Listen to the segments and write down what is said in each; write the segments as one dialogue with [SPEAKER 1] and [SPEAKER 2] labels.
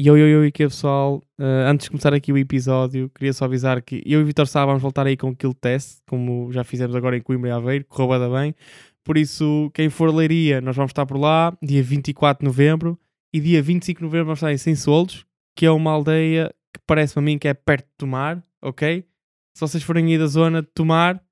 [SPEAKER 1] Yo, yo, yo, e que é, pessoal? Eh, antes de começar aqui o episódio, queria só avisar que eu e Vitor Sá vamos voltar aí com o Kill Test, como já fizemos agora em Coimbra e Aveiro, correu bué da bem. Por isso, quem for leiria, nós vamos estar por lá, dia 24 de novembro, e dia 25 de novembro vamos estar em Sensoldos, que é uma aldeia que parece-me a mim que é perto de Tomar, ok? Se vocês forem aí da zona de Tomar,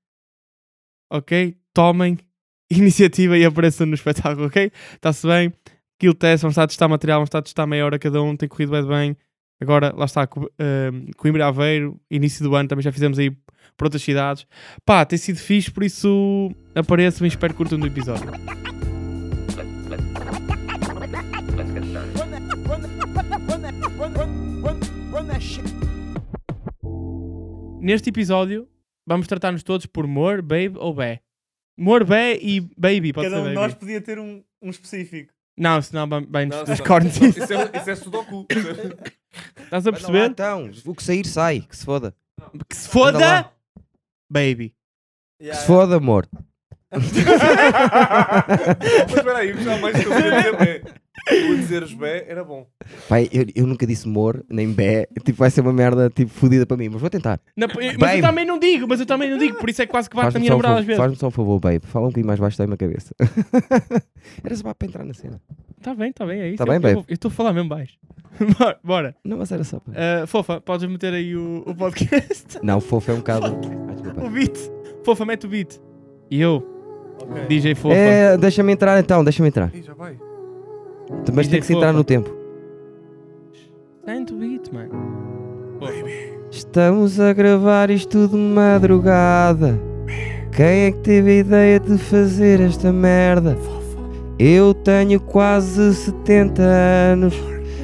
[SPEAKER 1] ok? Tomem iniciativa e apareçam no espetáculo, ok? Está-se bem? Kill Test, vamos estar a testar material, vamos estar a testar meia hora cada um, tem corrido bem bem. Agora, lá está, Co- ehm, Coimbra e Aveiro, início do ano, também já fizemos aí para outras cidades. Pá, tem sido fixe, por isso apareçam e espero que curtam do episódio.
[SPEAKER 2] Run that, run that, run that, run, run, run, run that shit.
[SPEAKER 1] Neste episódio, vamos tratar-nos todos por Mor, Babe ou Bé. Mor, Bé e Baby, pode
[SPEAKER 3] Cada
[SPEAKER 1] ser
[SPEAKER 3] um
[SPEAKER 1] baby.
[SPEAKER 3] de nós podia ter um, um específico.
[SPEAKER 1] Não, senão vai- vai-nos
[SPEAKER 4] Não,
[SPEAKER 1] dos
[SPEAKER 4] só-
[SPEAKER 1] cornos.
[SPEAKER 4] só- Isso é, isso é Sudoku.
[SPEAKER 1] Estás a
[SPEAKER 5] Anda lá,
[SPEAKER 1] perceber?
[SPEAKER 5] então, o que sair, sai. Que se foda.
[SPEAKER 1] Que se
[SPEAKER 5] Anda
[SPEAKER 1] foda!
[SPEAKER 5] lá.
[SPEAKER 1] Baby.
[SPEAKER 5] Que se foda, amor.
[SPEAKER 4] Mas espera aí, já mais que eu podia dizer bem. O dizeres bem era bom.
[SPEAKER 5] Pai, eu, eu nunca disse mor, nem bé. Tipo, vai ser uma merda, tipo, fodida para mim. Mas vou tentar.
[SPEAKER 1] Na- mas eu
[SPEAKER 5] Babe.
[SPEAKER 1] também não digo, mas eu também não digo, por isso é que quase que bate na
[SPEAKER 5] Faz-me
[SPEAKER 1] minha
[SPEAKER 5] só, um
[SPEAKER 1] namorada às
[SPEAKER 5] favor-
[SPEAKER 1] vezes.
[SPEAKER 5] faz-me só um favor, babe. Fala um bocadinho mais baixo, está aí uma cabeça. Era só para entrar na cena.
[SPEAKER 1] Está bem, está bem, é isso.
[SPEAKER 5] Tá bem,
[SPEAKER 1] Eu-
[SPEAKER 5] babe?
[SPEAKER 1] eu vou- Eu estou a falar mesmo baixo. Bora, Bora.
[SPEAKER 5] Não, mas era só para...
[SPEAKER 1] Ah, fofa, podes meter aí o, o podcast,
[SPEAKER 5] Não, fofo é um bocado... Ah, desculpa.
[SPEAKER 1] o beat. Fofa, mete o beat. E eu, DJ Fofa.
[SPEAKER 5] É, deixa-me entrar então, deixa-me entrar.
[SPEAKER 4] Ih, já vai.
[SPEAKER 5] Mas
[SPEAKER 1] Diz
[SPEAKER 5] tem que se
[SPEAKER 1] é fofa.
[SPEAKER 5] entrar no tempo.
[SPEAKER 1] Tanto beat, mano.
[SPEAKER 5] Estamos a gravar isto de madrugada. Quem é que teve a ideia de fazer esta merda? Eu tenho quase 70 anos.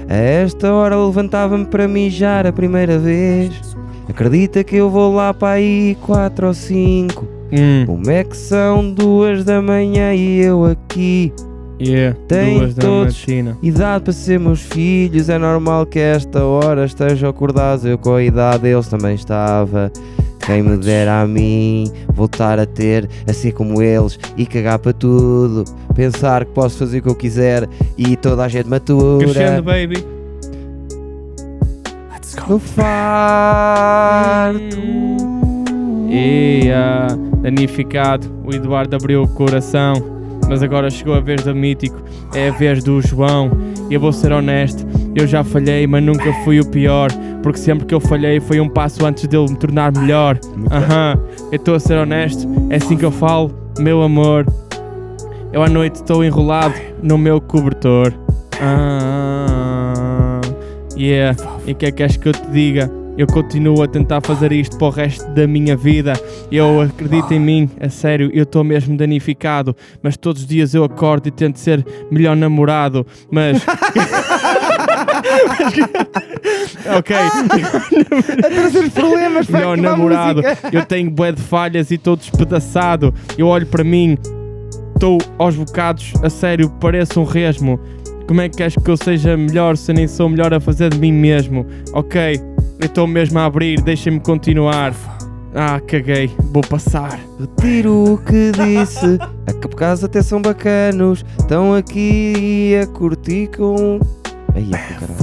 [SPEAKER 5] A esta hora levantava-me para mijar a primeira vez. Acredita que eu vou lá para aí 4 ou 5.
[SPEAKER 1] Hum,
[SPEAKER 5] Como é que são duas da manhã e eu aqui?
[SPEAKER 1] yeah.
[SPEAKER 5] Tem
[SPEAKER 1] Duas da
[SPEAKER 5] todos.
[SPEAKER 1] matina.
[SPEAKER 5] Idade para ser meus filhos, é normal que a esta hora estejam acordados. Eu com a idade deles também estava. Quem me dera a mim voltar a ter, a ser como eles e cagar para tudo. Pensar que posso fazer o que eu quiser e toda a gente
[SPEAKER 1] Crescendo,
[SPEAKER 5] matura.
[SPEAKER 1] baby.
[SPEAKER 5] No farto.
[SPEAKER 1] E ah, danificado, o Eduardo abriu o coração, mas agora chegou a vez do mítico, é a vez do João. E eu vou ser honesto, eu já falhei, mas nunca fui o pior, porque sempre que eu falhei foi um passo antes dele me tornar melhor. Aham, eu estou a ser honesto, é assim que eu falo, meu amor. Eu à noite estou enrolado no meu cobertor. Ah, yeah. E o que é que queres que eu te diga? Eu continuo a tentar fazer isto para o resto da minha vida. Eu acredito em mim, a sério, eu estou mesmo danificado. Mas todos os dias eu acordo e tento ser melhor namorado. Mas. ok.
[SPEAKER 5] A trazer problemas para
[SPEAKER 1] Melhor
[SPEAKER 5] acabar a
[SPEAKER 1] namorado.
[SPEAKER 5] música.
[SPEAKER 1] Eu tenho bué de falhas e estou despedaçado. Eu olho para mim, estou aos bocados, a sério, pareço um resmo. Como é que queres que eu seja melhor se eu nem sou melhor a fazer de mim mesmo? Ok, eu estou mesmo a abrir, deixem-me continuar. Ah, caguei, vou passar.
[SPEAKER 5] Retiro o que disse. A que por causa até são bacanos. Estão aqui a curtir com. Aí é caralho.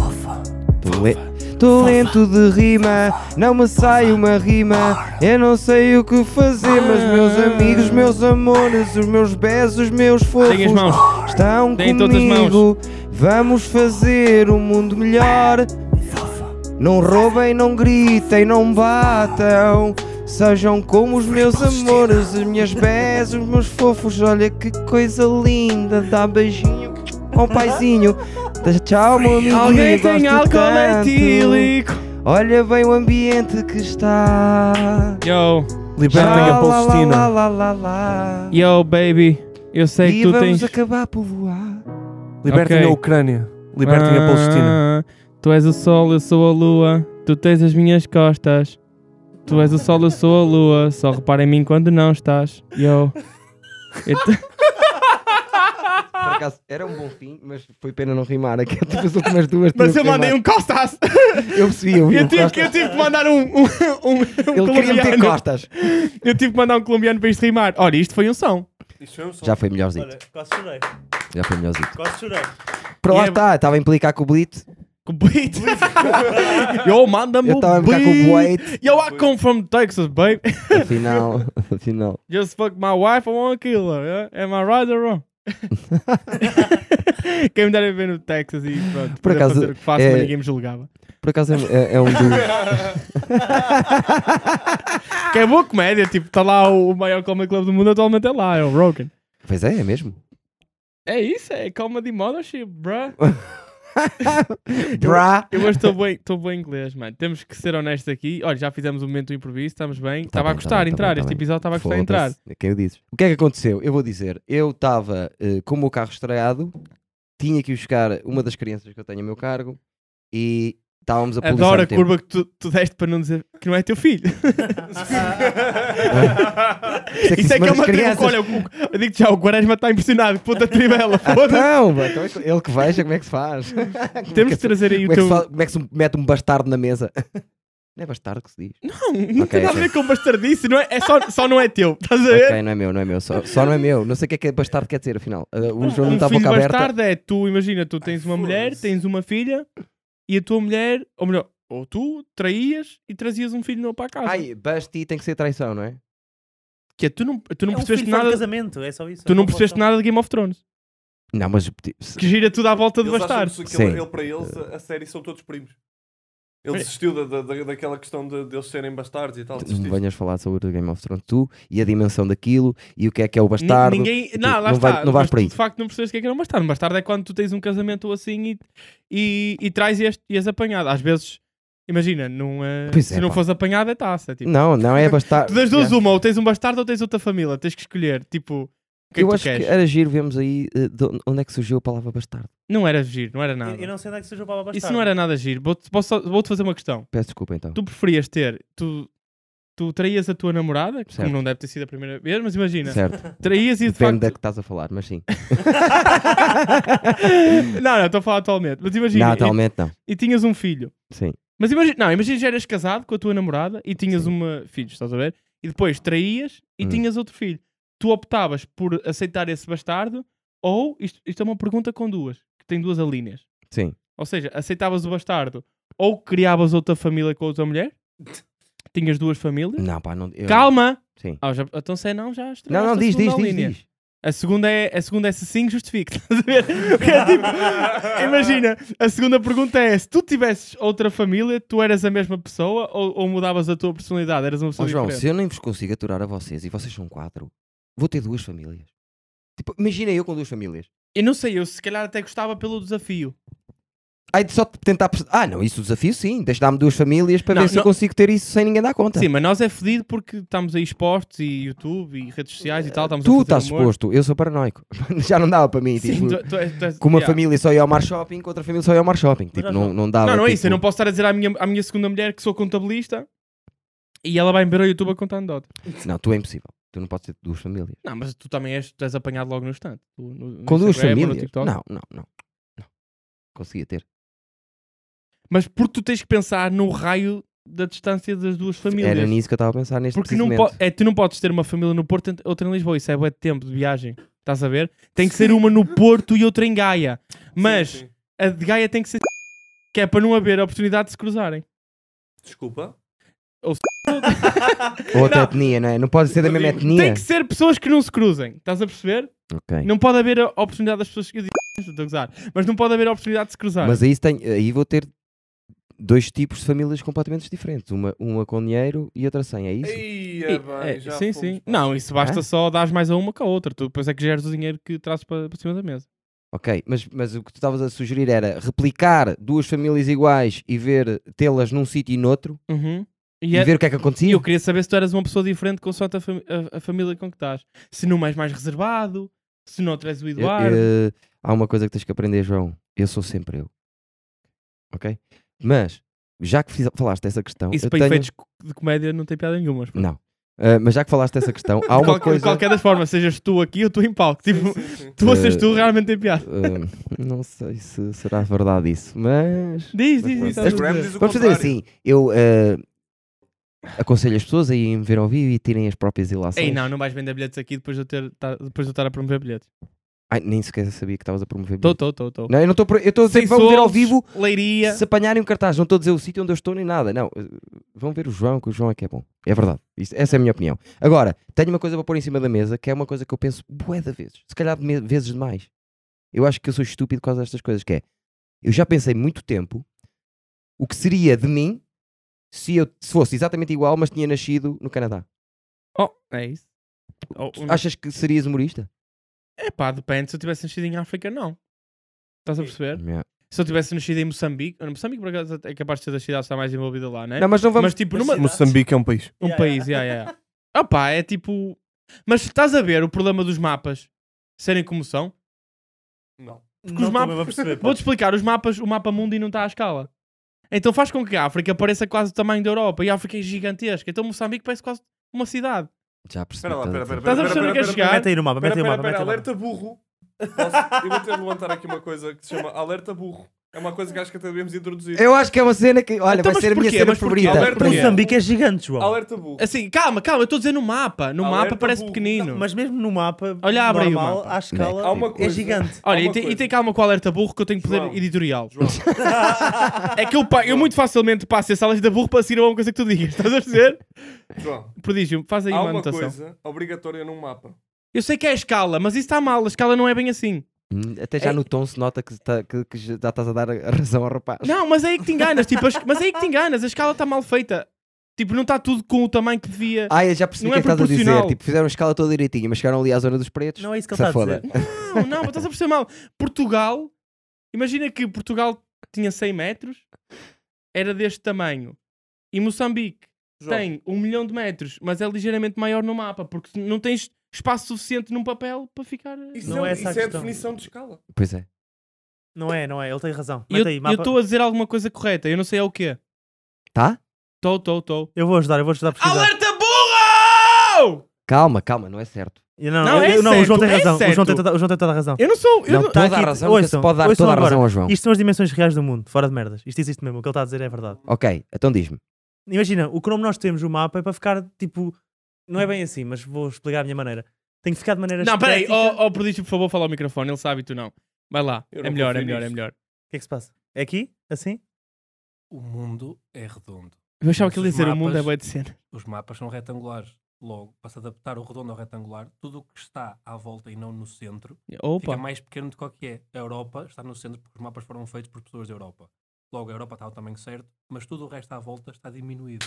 [SPEAKER 5] Tô le- Tô lento de rima, não me sai uma rima. Eu não sei o que fazer, mas meus amigos, meus amores, os meus beijos, os meus fofos.
[SPEAKER 1] Tenho as mãos.
[SPEAKER 5] Estão
[SPEAKER 1] Deem todas as mãos.
[SPEAKER 5] comigo. Vamos fazer um mundo melhor. Não roubem, não gritem, não batam. Sejam como os meus amores, as minhas bés, os meus fofos. Olha que coisa linda. Dá beijinho ao paizinho. Tchau, meu amigo.
[SPEAKER 1] Alguém tem álcool etílico?
[SPEAKER 5] Olha bem o ambiente que está.
[SPEAKER 1] Yo,
[SPEAKER 5] Lá,
[SPEAKER 1] libertem
[SPEAKER 5] lá, lá, lá, lá, lá.
[SPEAKER 1] Yo, baby, eu sei que
[SPEAKER 5] E
[SPEAKER 1] tu
[SPEAKER 5] vamos
[SPEAKER 1] tens.
[SPEAKER 5] acabar por voar.
[SPEAKER 4] Libertem
[SPEAKER 1] Ok. Ah.
[SPEAKER 4] a Ucrânia. Libertem a Palestina.
[SPEAKER 1] Tu és o sol, eu sou a lua. Tu tens as minhas costas. Tu és o sol, eu sou a lua. Só repara em mim quando não estás. Yo. Eu te- Ah!
[SPEAKER 5] Por acaso, era um bom fim, mas foi pena não rimar. Aqui tipo as últimas duas. tinham que rimar.
[SPEAKER 1] um costas.
[SPEAKER 5] Eu percebi, eu vi. o Costa.
[SPEAKER 1] tive um- que mandar um, um, um, um
[SPEAKER 5] Ele queria meter costas.
[SPEAKER 1] Eu tive que mandar um colombiano para isto rimar. Olha, isto foi um som.
[SPEAKER 4] Isto é um som.
[SPEAKER 5] Já foi melhorzinho.
[SPEAKER 3] Olha, quase chorei.
[SPEAKER 5] Já foi melhorzinho.
[SPEAKER 3] Quase chorei.
[SPEAKER 5] Para lá
[SPEAKER 1] E é-
[SPEAKER 5] está, estava a implicar com o Blitz
[SPEAKER 1] Com beat. Yo, manda-me
[SPEAKER 5] Eu
[SPEAKER 1] o
[SPEAKER 5] estava a brincar com o
[SPEAKER 1] beat.
[SPEAKER 5] White.
[SPEAKER 1] Yo, I come from Texas, babe.
[SPEAKER 5] Afinal, afinal.
[SPEAKER 1] Just fuck my wife, I want to kill her. yeah? Am I right or wrong? Quem me dera ver no Texas e pronto.
[SPEAKER 5] Por
[SPEAKER 1] poder
[SPEAKER 5] acaso,
[SPEAKER 1] fazer o que faço,
[SPEAKER 5] é-
[SPEAKER 1] mas ninguém me julgava.
[SPEAKER 5] Por acaso é, é- é um dos.
[SPEAKER 1] Que é boa comédia, tipo, está lá o o maior comedy club do mundo atualmente é lá, é o Rogan.
[SPEAKER 5] Pois é, é mesmo.
[SPEAKER 1] É isso, é comedy mothership, bruh.
[SPEAKER 5] Bra.
[SPEAKER 1] Eu hoje estou bem, estou bem inglês, mano. Temos que ser honestos aqui. Olha, já fizemos o momento do improviso, estamos bem.
[SPEAKER 5] Tá
[SPEAKER 1] Estava a
[SPEAKER 5] bem, tá
[SPEAKER 1] gostar
[SPEAKER 5] bem, tá
[SPEAKER 1] entrar,
[SPEAKER 5] bem, tá
[SPEAKER 1] este
[SPEAKER 5] bem.
[SPEAKER 1] episódio estava a gostar de entrar.
[SPEAKER 5] Foda-se, Quem o dizes? O que é que aconteceu? Eu vou dizer. Eu estava eh, com o meu carro estreado, tinha que ir buscar uma das crianças que eu tenho a meu cargo e estávamos a policiar
[SPEAKER 1] Adoro a
[SPEAKER 5] o tempo.
[SPEAKER 1] curva que tu, tu deste para não dizer que não é teu filho.
[SPEAKER 5] Isso é que
[SPEAKER 1] Isso é que é
[SPEAKER 5] das
[SPEAKER 1] uma tribo.
[SPEAKER 5] crianças.
[SPEAKER 1] Olha, o- eu digo já, o Quaresma está impressionado. Puta tribela,
[SPEAKER 5] Ah,
[SPEAKER 1] foda-se.
[SPEAKER 5] Não, mas então é ele que veja como é que se faz. Como é que
[SPEAKER 1] Temos de
[SPEAKER 5] se-
[SPEAKER 1] trazer aí
[SPEAKER 5] como
[SPEAKER 1] o
[SPEAKER 5] é, que
[SPEAKER 1] teu.
[SPEAKER 5] se fala- como é que se mete um bastardo na mesa? Não é bastardo que se diz.
[SPEAKER 1] Não, não
[SPEAKER 5] Ok,
[SPEAKER 1] tem nada a ver
[SPEAKER 5] ok.
[SPEAKER 1] com bastardice, não é? é só, só não é teu. Estás a ver?
[SPEAKER 5] Ok, não é meu, não é meu. Só, só não é meu. Não sei o que é que é bastardo quer dizer, afinal. Ah, o João não
[SPEAKER 1] um
[SPEAKER 5] está a
[SPEAKER 1] filho
[SPEAKER 5] boca aberta.
[SPEAKER 1] bastardo é tu, imagina, tu tens uma mulher,
[SPEAKER 4] foda-se.
[SPEAKER 1] tens uma filha e a tua mulher, ou melhor, ou tu traías e trazias um filho novo para a casa.
[SPEAKER 5] Ai, basti tem que ser traição, não é?
[SPEAKER 1] Que é, tu não, tu não
[SPEAKER 3] É um
[SPEAKER 1] percebeste
[SPEAKER 3] filho fora de
[SPEAKER 1] nada.
[SPEAKER 3] casamento, é só isso.
[SPEAKER 1] Tu não percebeste nada de Game of Thrones.
[SPEAKER 5] Não, mas tipo, se-
[SPEAKER 1] Que gira tudo à volta de
[SPEAKER 4] Eles
[SPEAKER 1] bastar.
[SPEAKER 4] acham que ele,
[SPEAKER 5] Sim.
[SPEAKER 4] ele, para eles, a a série são todos primos. Ele
[SPEAKER 1] Mas-
[SPEAKER 4] desistiu da, da- da- daquela questão de, de eles serem bastardos e tal.
[SPEAKER 5] não me
[SPEAKER 4] desistiu.
[SPEAKER 5] venhas falar sobre o Game of Thrones tu e a dimensão daquilo e o que é que é o bastardo.
[SPEAKER 1] Ni- Ninguém, não, lá
[SPEAKER 5] não vai-
[SPEAKER 1] está.
[SPEAKER 5] não
[SPEAKER 1] mas
[SPEAKER 5] vais por
[SPEAKER 1] tu,
[SPEAKER 5] aí.
[SPEAKER 1] De facto, não percebes o que é que era um bastardo. Um bastardo é quando tu tens um casamento ou assim e, e, e traz e és, e és apanhado. Às vezes, imagina, não é-
[SPEAKER 5] Pois
[SPEAKER 1] se
[SPEAKER 5] é,
[SPEAKER 1] não
[SPEAKER 5] pá.
[SPEAKER 1] fores apanhado é taça. Tipo,
[SPEAKER 5] Não, não é bastardo.
[SPEAKER 1] tu das duas,
[SPEAKER 5] Yeah.
[SPEAKER 1] uma, ou tens um bastardo ou tens outra família. Tens que escolher. Tipo, o que é
[SPEAKER 5] Eu
[SPEAKER 1] que tu
[SPEAKER 5] acho que
[SPEAKER 1] queres?
[SPEAKER 5] era giro, vemos aí eh, de onde é que surgiu a palavra bastardo.
[SPEAKER 1] Não era giro, não era
[SPEAKER 3] Eu,
[SPEAKER 1] nada.
[SPEAKER 3] eu não sei onde é que seja o Baba Bastardo.
[SPEAKER 1] Ah. Isso não era nada giro. Vou-te posso só- vou-te fazer uma questão.
[SPEAKER 5] Peço desculpa então.
[SPEAKER 1] Tu preferias ter. Tu, tu traías a tua namorada, que
[SPEAKER 5] Certo.
[SPEAKER 1] como não deve ter sido a primeira vez, mas imagina.
[SPEAKER 5] certo,
[SPEAKER 1] Traías e de
[SPEAKER 5] depende
[SPEAKER 1] facto.
[SPEAKER 5] da que estás a falar, mas sim.
[SPEAKER 1] não, não, estou a falar atualmente. Mas imagina,
[SPEAKER 5] não,
[SPEAKER 1] e-
[SPEAKER 5] atualmente não.
[SPEAKER 1] e, tinhas um filho.
[SPEAKER 5] Sim.
[SPEAKER 1] Mas imagina, não, imagina já eras casado com a tua namorada e tinhas uma filho, estás a ver? E depois traías e
[SPEAKER 5] Hum.
[SPEAKER 1] tinhas outro filho. Tu optavas por aceitar esse bastardo ou, isto, isto é uma pergunta com duas, que tem duas alíneas.
[SPEAKER 5] Sim.
[SPEAKER 1] Ou seja, aceitavas o bastardo ou criavas outra família com outra mulher? Tinhas duas famílias?
[SPEAKER 5] Não, pá, não. eu-
[SPEAKER 1] Calma!
[SPEAKER 5] Sim.
[SPEAKER 1] Ah, já, então sei não, já
[SPEAKER 5] Não,
[SPEAKER 1] estragaste
[SPEAKER 5] não,
[SPEAKER 1] a
[SPEAKER 5] diz, diz,
[SPEAKER 1] segunda
[SPEAKER 5] diz,
[SPEAKER 1] alínea.
[SPEAKER 5] diz.
[SPEAKER 1] A segunda é, a segunda é se sim, justifique. Estás a ver? Porque é tipo, imagina, a segunda pergunta é: se tu tivesses outra família, tu eras a mesma pessoa ou, ou mudavas a tua personalidade? Eras uma
[SPEAKER 5] Ó
[SPEAKER 1] pessoa
[SPEAKER 5] João,
[SPEAKER 1] diferente?
[SPEAKER 5] se eu nem vos consigo aturar a vocês e vocês são quatro, vou ter duas famílias. Tipo, imagina eu com duas famílias.
[SPEAKER 1] Eu não sei, eu se calhar até gostava pelo desafio.
[SPEAKER 5] Aí de só tentar. perce- Ah, não, isso o desafio sim. Deixa dar-me duas famílias para
[SPEAKER 1] Não,
[SPEAKER 5] ver se
[SPEAKER 1] não-
[SPEAKER 5] eu consigo ter isso sem ninguém dar conta.
[SPEAKER 1] Sim, mas nós é fedido porque estamos aí expostos e YouTube e redes sociais e tal. Estamos
[SPEAKER 5] tu
[SPEAKER 1] a fazer um
[SPEAKER 5] estás
[SPEAKER 1] humor.
[SPEAKER 5] exposto, eu sou paranoico. Já não dava para mim.
[SPEAKER 1] Sim,
[SPEAKER 5] tipo,
[SPEAKER 1] tu- tu és- tu és-
[SPEAKER 5] com uma
[SPEAKER 1] yeah.
[SPEAKER 5] família só ia ao mar shopping, com outra família só ia ao mar shopping. Tipo,
[SPEAKER 3] Mas,
[SPEAKER 5] não,
[SPEAKER 3] João,
[SPEAKER 5] não dava.
[SPEAKER 1] Não, não é
[SPEAKER 5] tipo,
[SPEAKER 1] isso. Eu não posso estar a dizer à minha, à minha segunda mulher que sou contabilista e ela vai me ver ao YouTube a contar anedota.
[SPEAKER 5] Não, tu é impossível. Tu não podes ter duas famílias.
[SPEAKER 1] Não, mas tu também és, tu és apanhado logo no instante. Tu no- no
[SPEAKER 5] Com duas
[SPEAKER 1] Instagram ou no
[SPEAKER 5] famílias?
[SPEAKER 1] TikTok.
[SPEAKER 5] Não, não, não. não. Conseguia ter.
[SPEAKER 1] Mas porque tu tens que pensar no raio da distância das duas famílias.
[SPEAKER 5] Era nisso que eu estava a pensar neste
[SPEAKER 1] porque não po-
[SPEAKER 5] precisamente.
[SPEAKER 1] é, tu não podes ter uma família no Porto e outra em Lisboa. Isso é bué de tempo de viagem. Estás a ver? Tem que ser uma no Porto e outra em Gaia. Mas
[SPEAKER 4] Sim, sim.
[SPEAKER 1] a de Gaia tem que ser que é para não haver a oportunidade de se cruzarem.
[SPEAKER 4] Desculpa.
[SPEAKER 5] Outra
[SPEAKER 1] Não.
[SPEAKER 5] etnia, não é? Não pode ser da
[SPEAKER 4] Eu
[SPEAKER 5] mesma
[SPEAKER 4] digo,
[SPEAKER 5] etnia.
[SPEAKER 1] Tem que ser pessoas que não se cruzem. Estás a perceber?
[SPEAKER 5] Ok.
[SPEAKER 1] Não pode haver a oportunidade das pessoas que. eu digo, Estou a gozar. Mas não pode haver a oportunidade de se cruzar.
[SPEAKER 5] Mas aí, se tem- aí vou ter dois tipos de famílias completamente diferentes. Uma, uma com dinheiro e outra sem, é isso?
[SPEAKER 4] Ei,
[SPEAKER 1] E-
[SPEAKER 4] é bem,
[SPEAKER 1] é,
[SPEAKER 4] já
[SPEAKER 1] sim,
[SPEAKER 4] fomos
[SPEAKER 1] sim.
[SPEAKER 4] para-
[SPEAKER 1] Não, isso basta
[SPEAKER 5] Hã?
[SPEAKER 1] só dar mais a uma que a outra. Tu depois é que geres o dinheiro que trazes para, para cima da mesa.
[SPEAKER 5] Ok, mas, mas o que tu estavas a sugerir era replicar duas famílias iguais e ver tê-las num sítio e noutro
[SPEAKER 1] Uhum.
[SPEAKER 5] e,
[SPEAKER 1] E, é-
[SPEAKER 5] ver o que é que
[SPEAKER 1] e
[SPEAKER 5] acontecia.
[SPEAKER 1] eu queria saber se tu eras uma pessoa diferente consoante a, fami- a, a família com que estás. Se num és mais reservado, se não és o
[SPEAKER 5] Eu-
[SPEAKER 1] Eduardo.
[SPEAKER 5] eu- há uma coisa que tens que aprender, João. Eu sou sempre eu. Ok? Mas, já que fiz- falaste dessa questão.
[SPEAKER 1] Isso
[SPEAKER 5] eu
[SPEAKER 1] para
[SPEAKER 5] tenho-
[SPEAKER 1] efeitos co-
[SPEAKER 5] eh,
[SPEAKER 1] de comédia não tem piada nenhuma. mas pronto.
[SPEAKER 5] Não. Ah, mas já que falaste dessa questão,
[SPEAKER 1] De
[SPEAKER 5] há uma
[SPEAKER 1] qualquer, de
[SPEAKER 5] coisa.
[SPEAKER 1] qualquer das formas, sejas tu aqui ou tu em palco. Tipo,
[SPEAKER 4] Sim, sim, sim.
[SPEAKER 1] tu ou sejas
[SPEAKER 5] Eh,
[SPEAKER 1] tu realmente tem piada.
[SPEAKER 5] Hum, não sei se será verdade isso, mas.
[SPEAKER 1] Diz, diz,
[SPEAKER 5] pronto.
[SPEAKER 1] diz.
[SPEAKER 4] O
[SPEAKER 1] estás a
[SPEAKER 4] Instagram
[SPEAKER 1] dizer.
[SPEAKER 4] diz o
[SPEAKER 5] Vamos fazer
[SPEAKER 4] contrário.
[SPEAKER 5] assim. Eu eh, aconselho as pessoas a irem ver ao vivo e tirem as próprias ilações.
[SPEAKER 1] Ei, não, não vais vender bilhetes aqui depois de eu ter, tá- depois de eu estar a promover bilhetes.
[SPEAKER 5] Ai, nem sequer sabia que estavas a promover.
[SPEAKER 1] Estou,
[SPEAKER 5] bilhetes.
[SPEAKER 1] estou, estou, estou.
[SPEAKER 5] Não, é? eu não estou. Eu estou a dizer que vão ver ao vivo
[SPEAKER 1] Leiria.
[SPEAKER 5] se apanharem um cartaz. Não estou a dizer o sítio onde eu estou nem nada. Não, eh, vão ver o João, que o João é que é bom. É verdade. Isto- essa é a minha opinião. Agora, tenho uma coisa para pôr em cima da mesa que é uma coisa que eu penso bué de vezes. Se calhar de me- vezes demais. Eu acho que eu sou estúpido por causa destas coisas. Que é, eu já pensei muito tempo o que seria de mim se eu se fosse exatamente igual, mas tinha nascido no Canadá.
[SPEAKER 1] Oh, é isso. Oh, um-
[SPEAKER 5] Achas que serias humorista?
[SPEAKER 1] É pá, depende. Se eu tivesse nascido em África, não. Estás a perceber?
[SPEAKER 5] Yeah.
[SPEAKER 1] Se eu tivesse nascido em Moçambique, não, Moçambique por acaso é capaz de ser das cidades que está mais envolvida lá, né?
[SPEAKER 5] Não, mas não vamos.
[SPEAKER 1] Mas tipo, numa,
[SPEAKER 4] Moçambique é um país.
[SPEAKER 1] um
[SPEAKER 3] Yeah,
[SPEAKER 1] país, yeah, yeah. yeah. Opa, é tipo. Mas estás a ver o problema dos mapas serem como são?
[SPEAKER 4] Não.
[SPEAKER 3] Não
[SPEAKER 1] os
[SPEAKER 3] estou
[SPEAKER 1] mapas-
[SPEAKER 3] mesmo a perceber. pá.
[SPEAKER 1] Vou-te explicar, os mapas, o mapa mundi não está à escala. Então faz com que a África pareça quase o tamanho da Europa e a África é gigantesca. Então Moçambique parece quase uma cidade.
[SPEAKER 5] Já
[SPEAKER 4] Espera
[SPEAKER 5] percebi.
[SPEAKER 4] lá,
[SPEAKER 5] tanto.
[SPEAKER 4] espera, espera.
[SPEAKER 1] Estás a
[SPEAKER 4] espera,
[SPEAKER 1] perceber o que é
[SPEAKER 4] espera,
[SPEAKER 1] chegar?
[SPEAKER 3] Mete aí no mapa,
[SPEAKER 4] Espera,
[SPEAKER 3] mete aí no
[SPEAKER 4] espera,
[SPEAKER 3] mapa.
[SPEAKER 4] espera,
[SPEAKER 3] mete aí no mapa.
[SPEAKER 4] alerta burro. Posso- Eu vou ter de levantar aqui uma coisa que se chama alerta burro. É uma coisa que acho que até devemos introduzir.
[SPEAKER 5] Eu acho que é uma cena que. Olha,
[SPEAKER 1] Então,
[SPEAKER 5] vai
[SPEAKER 1] mas
[SPEAKER 5] ser a minha
[SPEAKER 1] porquê?
[SPEAKER 5] cena
[SPEAKER 1] Mas porquê?
[SPEAKER 5] favorita.
[SPEAKER 4] Alerta
[SPEAKER 1] Porquê?
[SPEAKER 3] Moçambique é gigante, João.
[SPEAKER 4] Alerta burro.
[SPEAKER 3] É
[SPEAKER 1] Assim, calma, calma, eu estou a dizer no mapa. No
[SPEAKER 4] Alerta
[SPEAKER 1] mapa parece
[SPEAKER 4] burro.
[SPEAKER 1] pequenino.
[SPEAKER 3] Mas mesmo no mapa
[SPEAKER 1] Olha, abre aí o
[SPEAKER 3] normal,
[SPEAKER 1] mapa.
[SPEAKER 3] à
[SPEAKER 4] Há
[SPEAKER 3] escala,
[SPEAKER 4] uma
[SPEAKER 3] é
[SPEAKER 4] coisa.
[SPEAKER 3] gigante.
[SPEAKER 1] Olha,
[SPEAKER 4] Há
[SPEAKER 1] e
[SPEAKER 4] uma
[SPEAKER 1] tem, e
[SPEAKER 4] coisa.
[SPEAKER 1] tem calma com o alerta burro que eu tenho poder
[SPEAKER 4] João.
[SPEAKER 1] editorial.
[SPEAKER 4] João,
[SPEAKER 1] É que eu, pa- eu muito facilmente passo esse alerta burro para seguir a uma coisa que tu digas. Estás a perceber?
[SPEAKER 4] João,
[SPEAKER 1] Prodígio, faz aí
[SPEAKER 4] há
[SPEAKER 1] uma
[SPEAKER 4] uma
[SPEAKER 1] anotação.
[SPEAKER 4] coisa obrigatória num mapa.
[SPEAKER 1] Eu sei que é a escala, mas isso está mal. A escala não é bem assim.
[SPEAKER 5] Hum, Até já
[SPEAKER 1] É-
[SPEAKER 5] no tom se nota que, tá- que- que já estás a dar a razão ao rapaz.
[SPEAKER 1] Não, mas é aí que te enganas. Tipo, as- mas é aí que te enganas. A escala está mal feita. Tipo, não está tudo com o tamanho que devia.
[SPEAKER 5] Ah, eu já percebi o
[SPEAKER 1] Não
[SPEAKER 5] que é
[SPEAKER 1] é
[SPEAKER 5] que estás a dizer.
[SPEAKER 1] proporcional.
[SPEAKER 5] Tipo, fizeram a escala toda direitinha, mas chegaram ali à zona dos pretos.
[SPEAKER 3] Não é isso que
[SPEAKER 5] Que
[SPEAKER 3] ele
[SPEAKER 5] se
[SPEAKER 3] está a
[SPEAKER 5] foda.
[SPEAKER 3] dizer.
[SPEAKER 1] Não, não, mas estás a perceber mal. Portugal, imagina que Portugal tinha 100 metros, era deste tamanho. E Moçambique
[SPEAKER 4] João,
[SPEAKER 1] tem um milhão de metros, mas é ligeiramente maior no mapa, porque não tens espaço suficiente num papel para ficar. eh,
[SPEAKER 4] Isso,
[SPEAKER 3] Não
[SPEAKER 4] é,
[SPEAKER 3] é essa a
[SPEAKER 4] isso é a
[SPEAKER 3] questão.
[SPEAKER 4] definição de escala.
[SPEAKER 5] Pois é.
[SPEAKER 3] Não é, não é, ele tem razão.
[SPEAKER 1] E eu
[SPEAKER 3] Mete aí,
[SPEAKER 1] eu
[SPEAKER 3] mapa.
[SPEAKER 1] estou a dizer alguma coisa correta, eu não sei é o quê.
[SPEAKER 5] Tá?
[SPEAKER 1] Estou, estou, estou.
[SPEAKER 3] Eu vou ajudar, eu vou ajudar a pesquisar.
[SPEAKER 1] Alerta burro!
[SPEAKER 5] Calma, calma, não é certo.
[SPEAKER 3] Eu Não,
[SPEAKER 1] Não,
[SPEAKER 3] eu-
[SPEAKER 1] é
[SPEAKER 3] eu- não, o João tem
[SPEAKER 1] certo, é
[SPEAKER 3] razão. O João
[SPEAKER 1] certo.
[SPEAKER 3] tem toda- o João tem toda a razão.
[SPEAKER 1] Eu não sou. Eu
[SPEAKER 5] não,
[SPEAKER 1] não- Ah,
[SPEAKER 5] toda
[SPEAKER 3] Tá
[SPEAKER 5] a
[SPEAKER 3] aqui-
[SPEAKER 5] razão, que se
[SPEAKER 3] ouçam,
[SPEAKER 5] pode dar
[SPEAKER 3] ouçam
[SPEAKER 5] toda a
[SPEAKER 3] agora.
[SPEAKER 5] razão ao João.
[SPEAKER 3] Isto são as dimensões reais do mundo, fora de merdas. Isto existe mesmo, o que ele está a dizer é verdade.
[SPEAKER 5] Ok, então diz-me.
[SPEAKER 3] Imagina, o Chrome nós temos o mapa é para ficar tipo. Não é bem assim, mas vou explicar a minha maneira. Tem que ficar de maneira
[SPEAKER 1] Não, peraí,
[SPEAKER 3] estética.
[SPEAKER 1] ó oh, prodígio, por favor, fala ao microfone, ele sabe e tu não. Vai lá,
[SPEAKER 4] Eu
[SPEAKER 1] é
[SPEAKER 4] não
[SPEAKER 1] melhor, é
[SPEAKER 4] confio
[SPEAKER 1] melhor, é
[SPEAKER 4] nisto.
[SPEAKER 1] melhor.
[SPEAKER 3] O que é que se passa? É aqui? Assim?
[SPEAKER 6] O mundo é redondo.
[SPEAKER 1] Eu achava que ele ia
[SPEAKER 6] Os
[SPEAKER 1] dizer o mundo é
[SPEAKER 6] mapas-
[SPEAKER 1] boa de cena.
[SPEAKER 6] Os mapas são retangulares. Logo, para se adaptar o redondo ao retangular, tudo o que está à volta e não no centro fica
[SPEAKER 1] Opa,
[SPEAKER 6] mais pequeno do que o que é. A Europa está no centro porque os mapas foram feitos por pessoas da Europa. Logo, a Europa está ao tamanho certo, mas tudo o resto à volta está diminuído.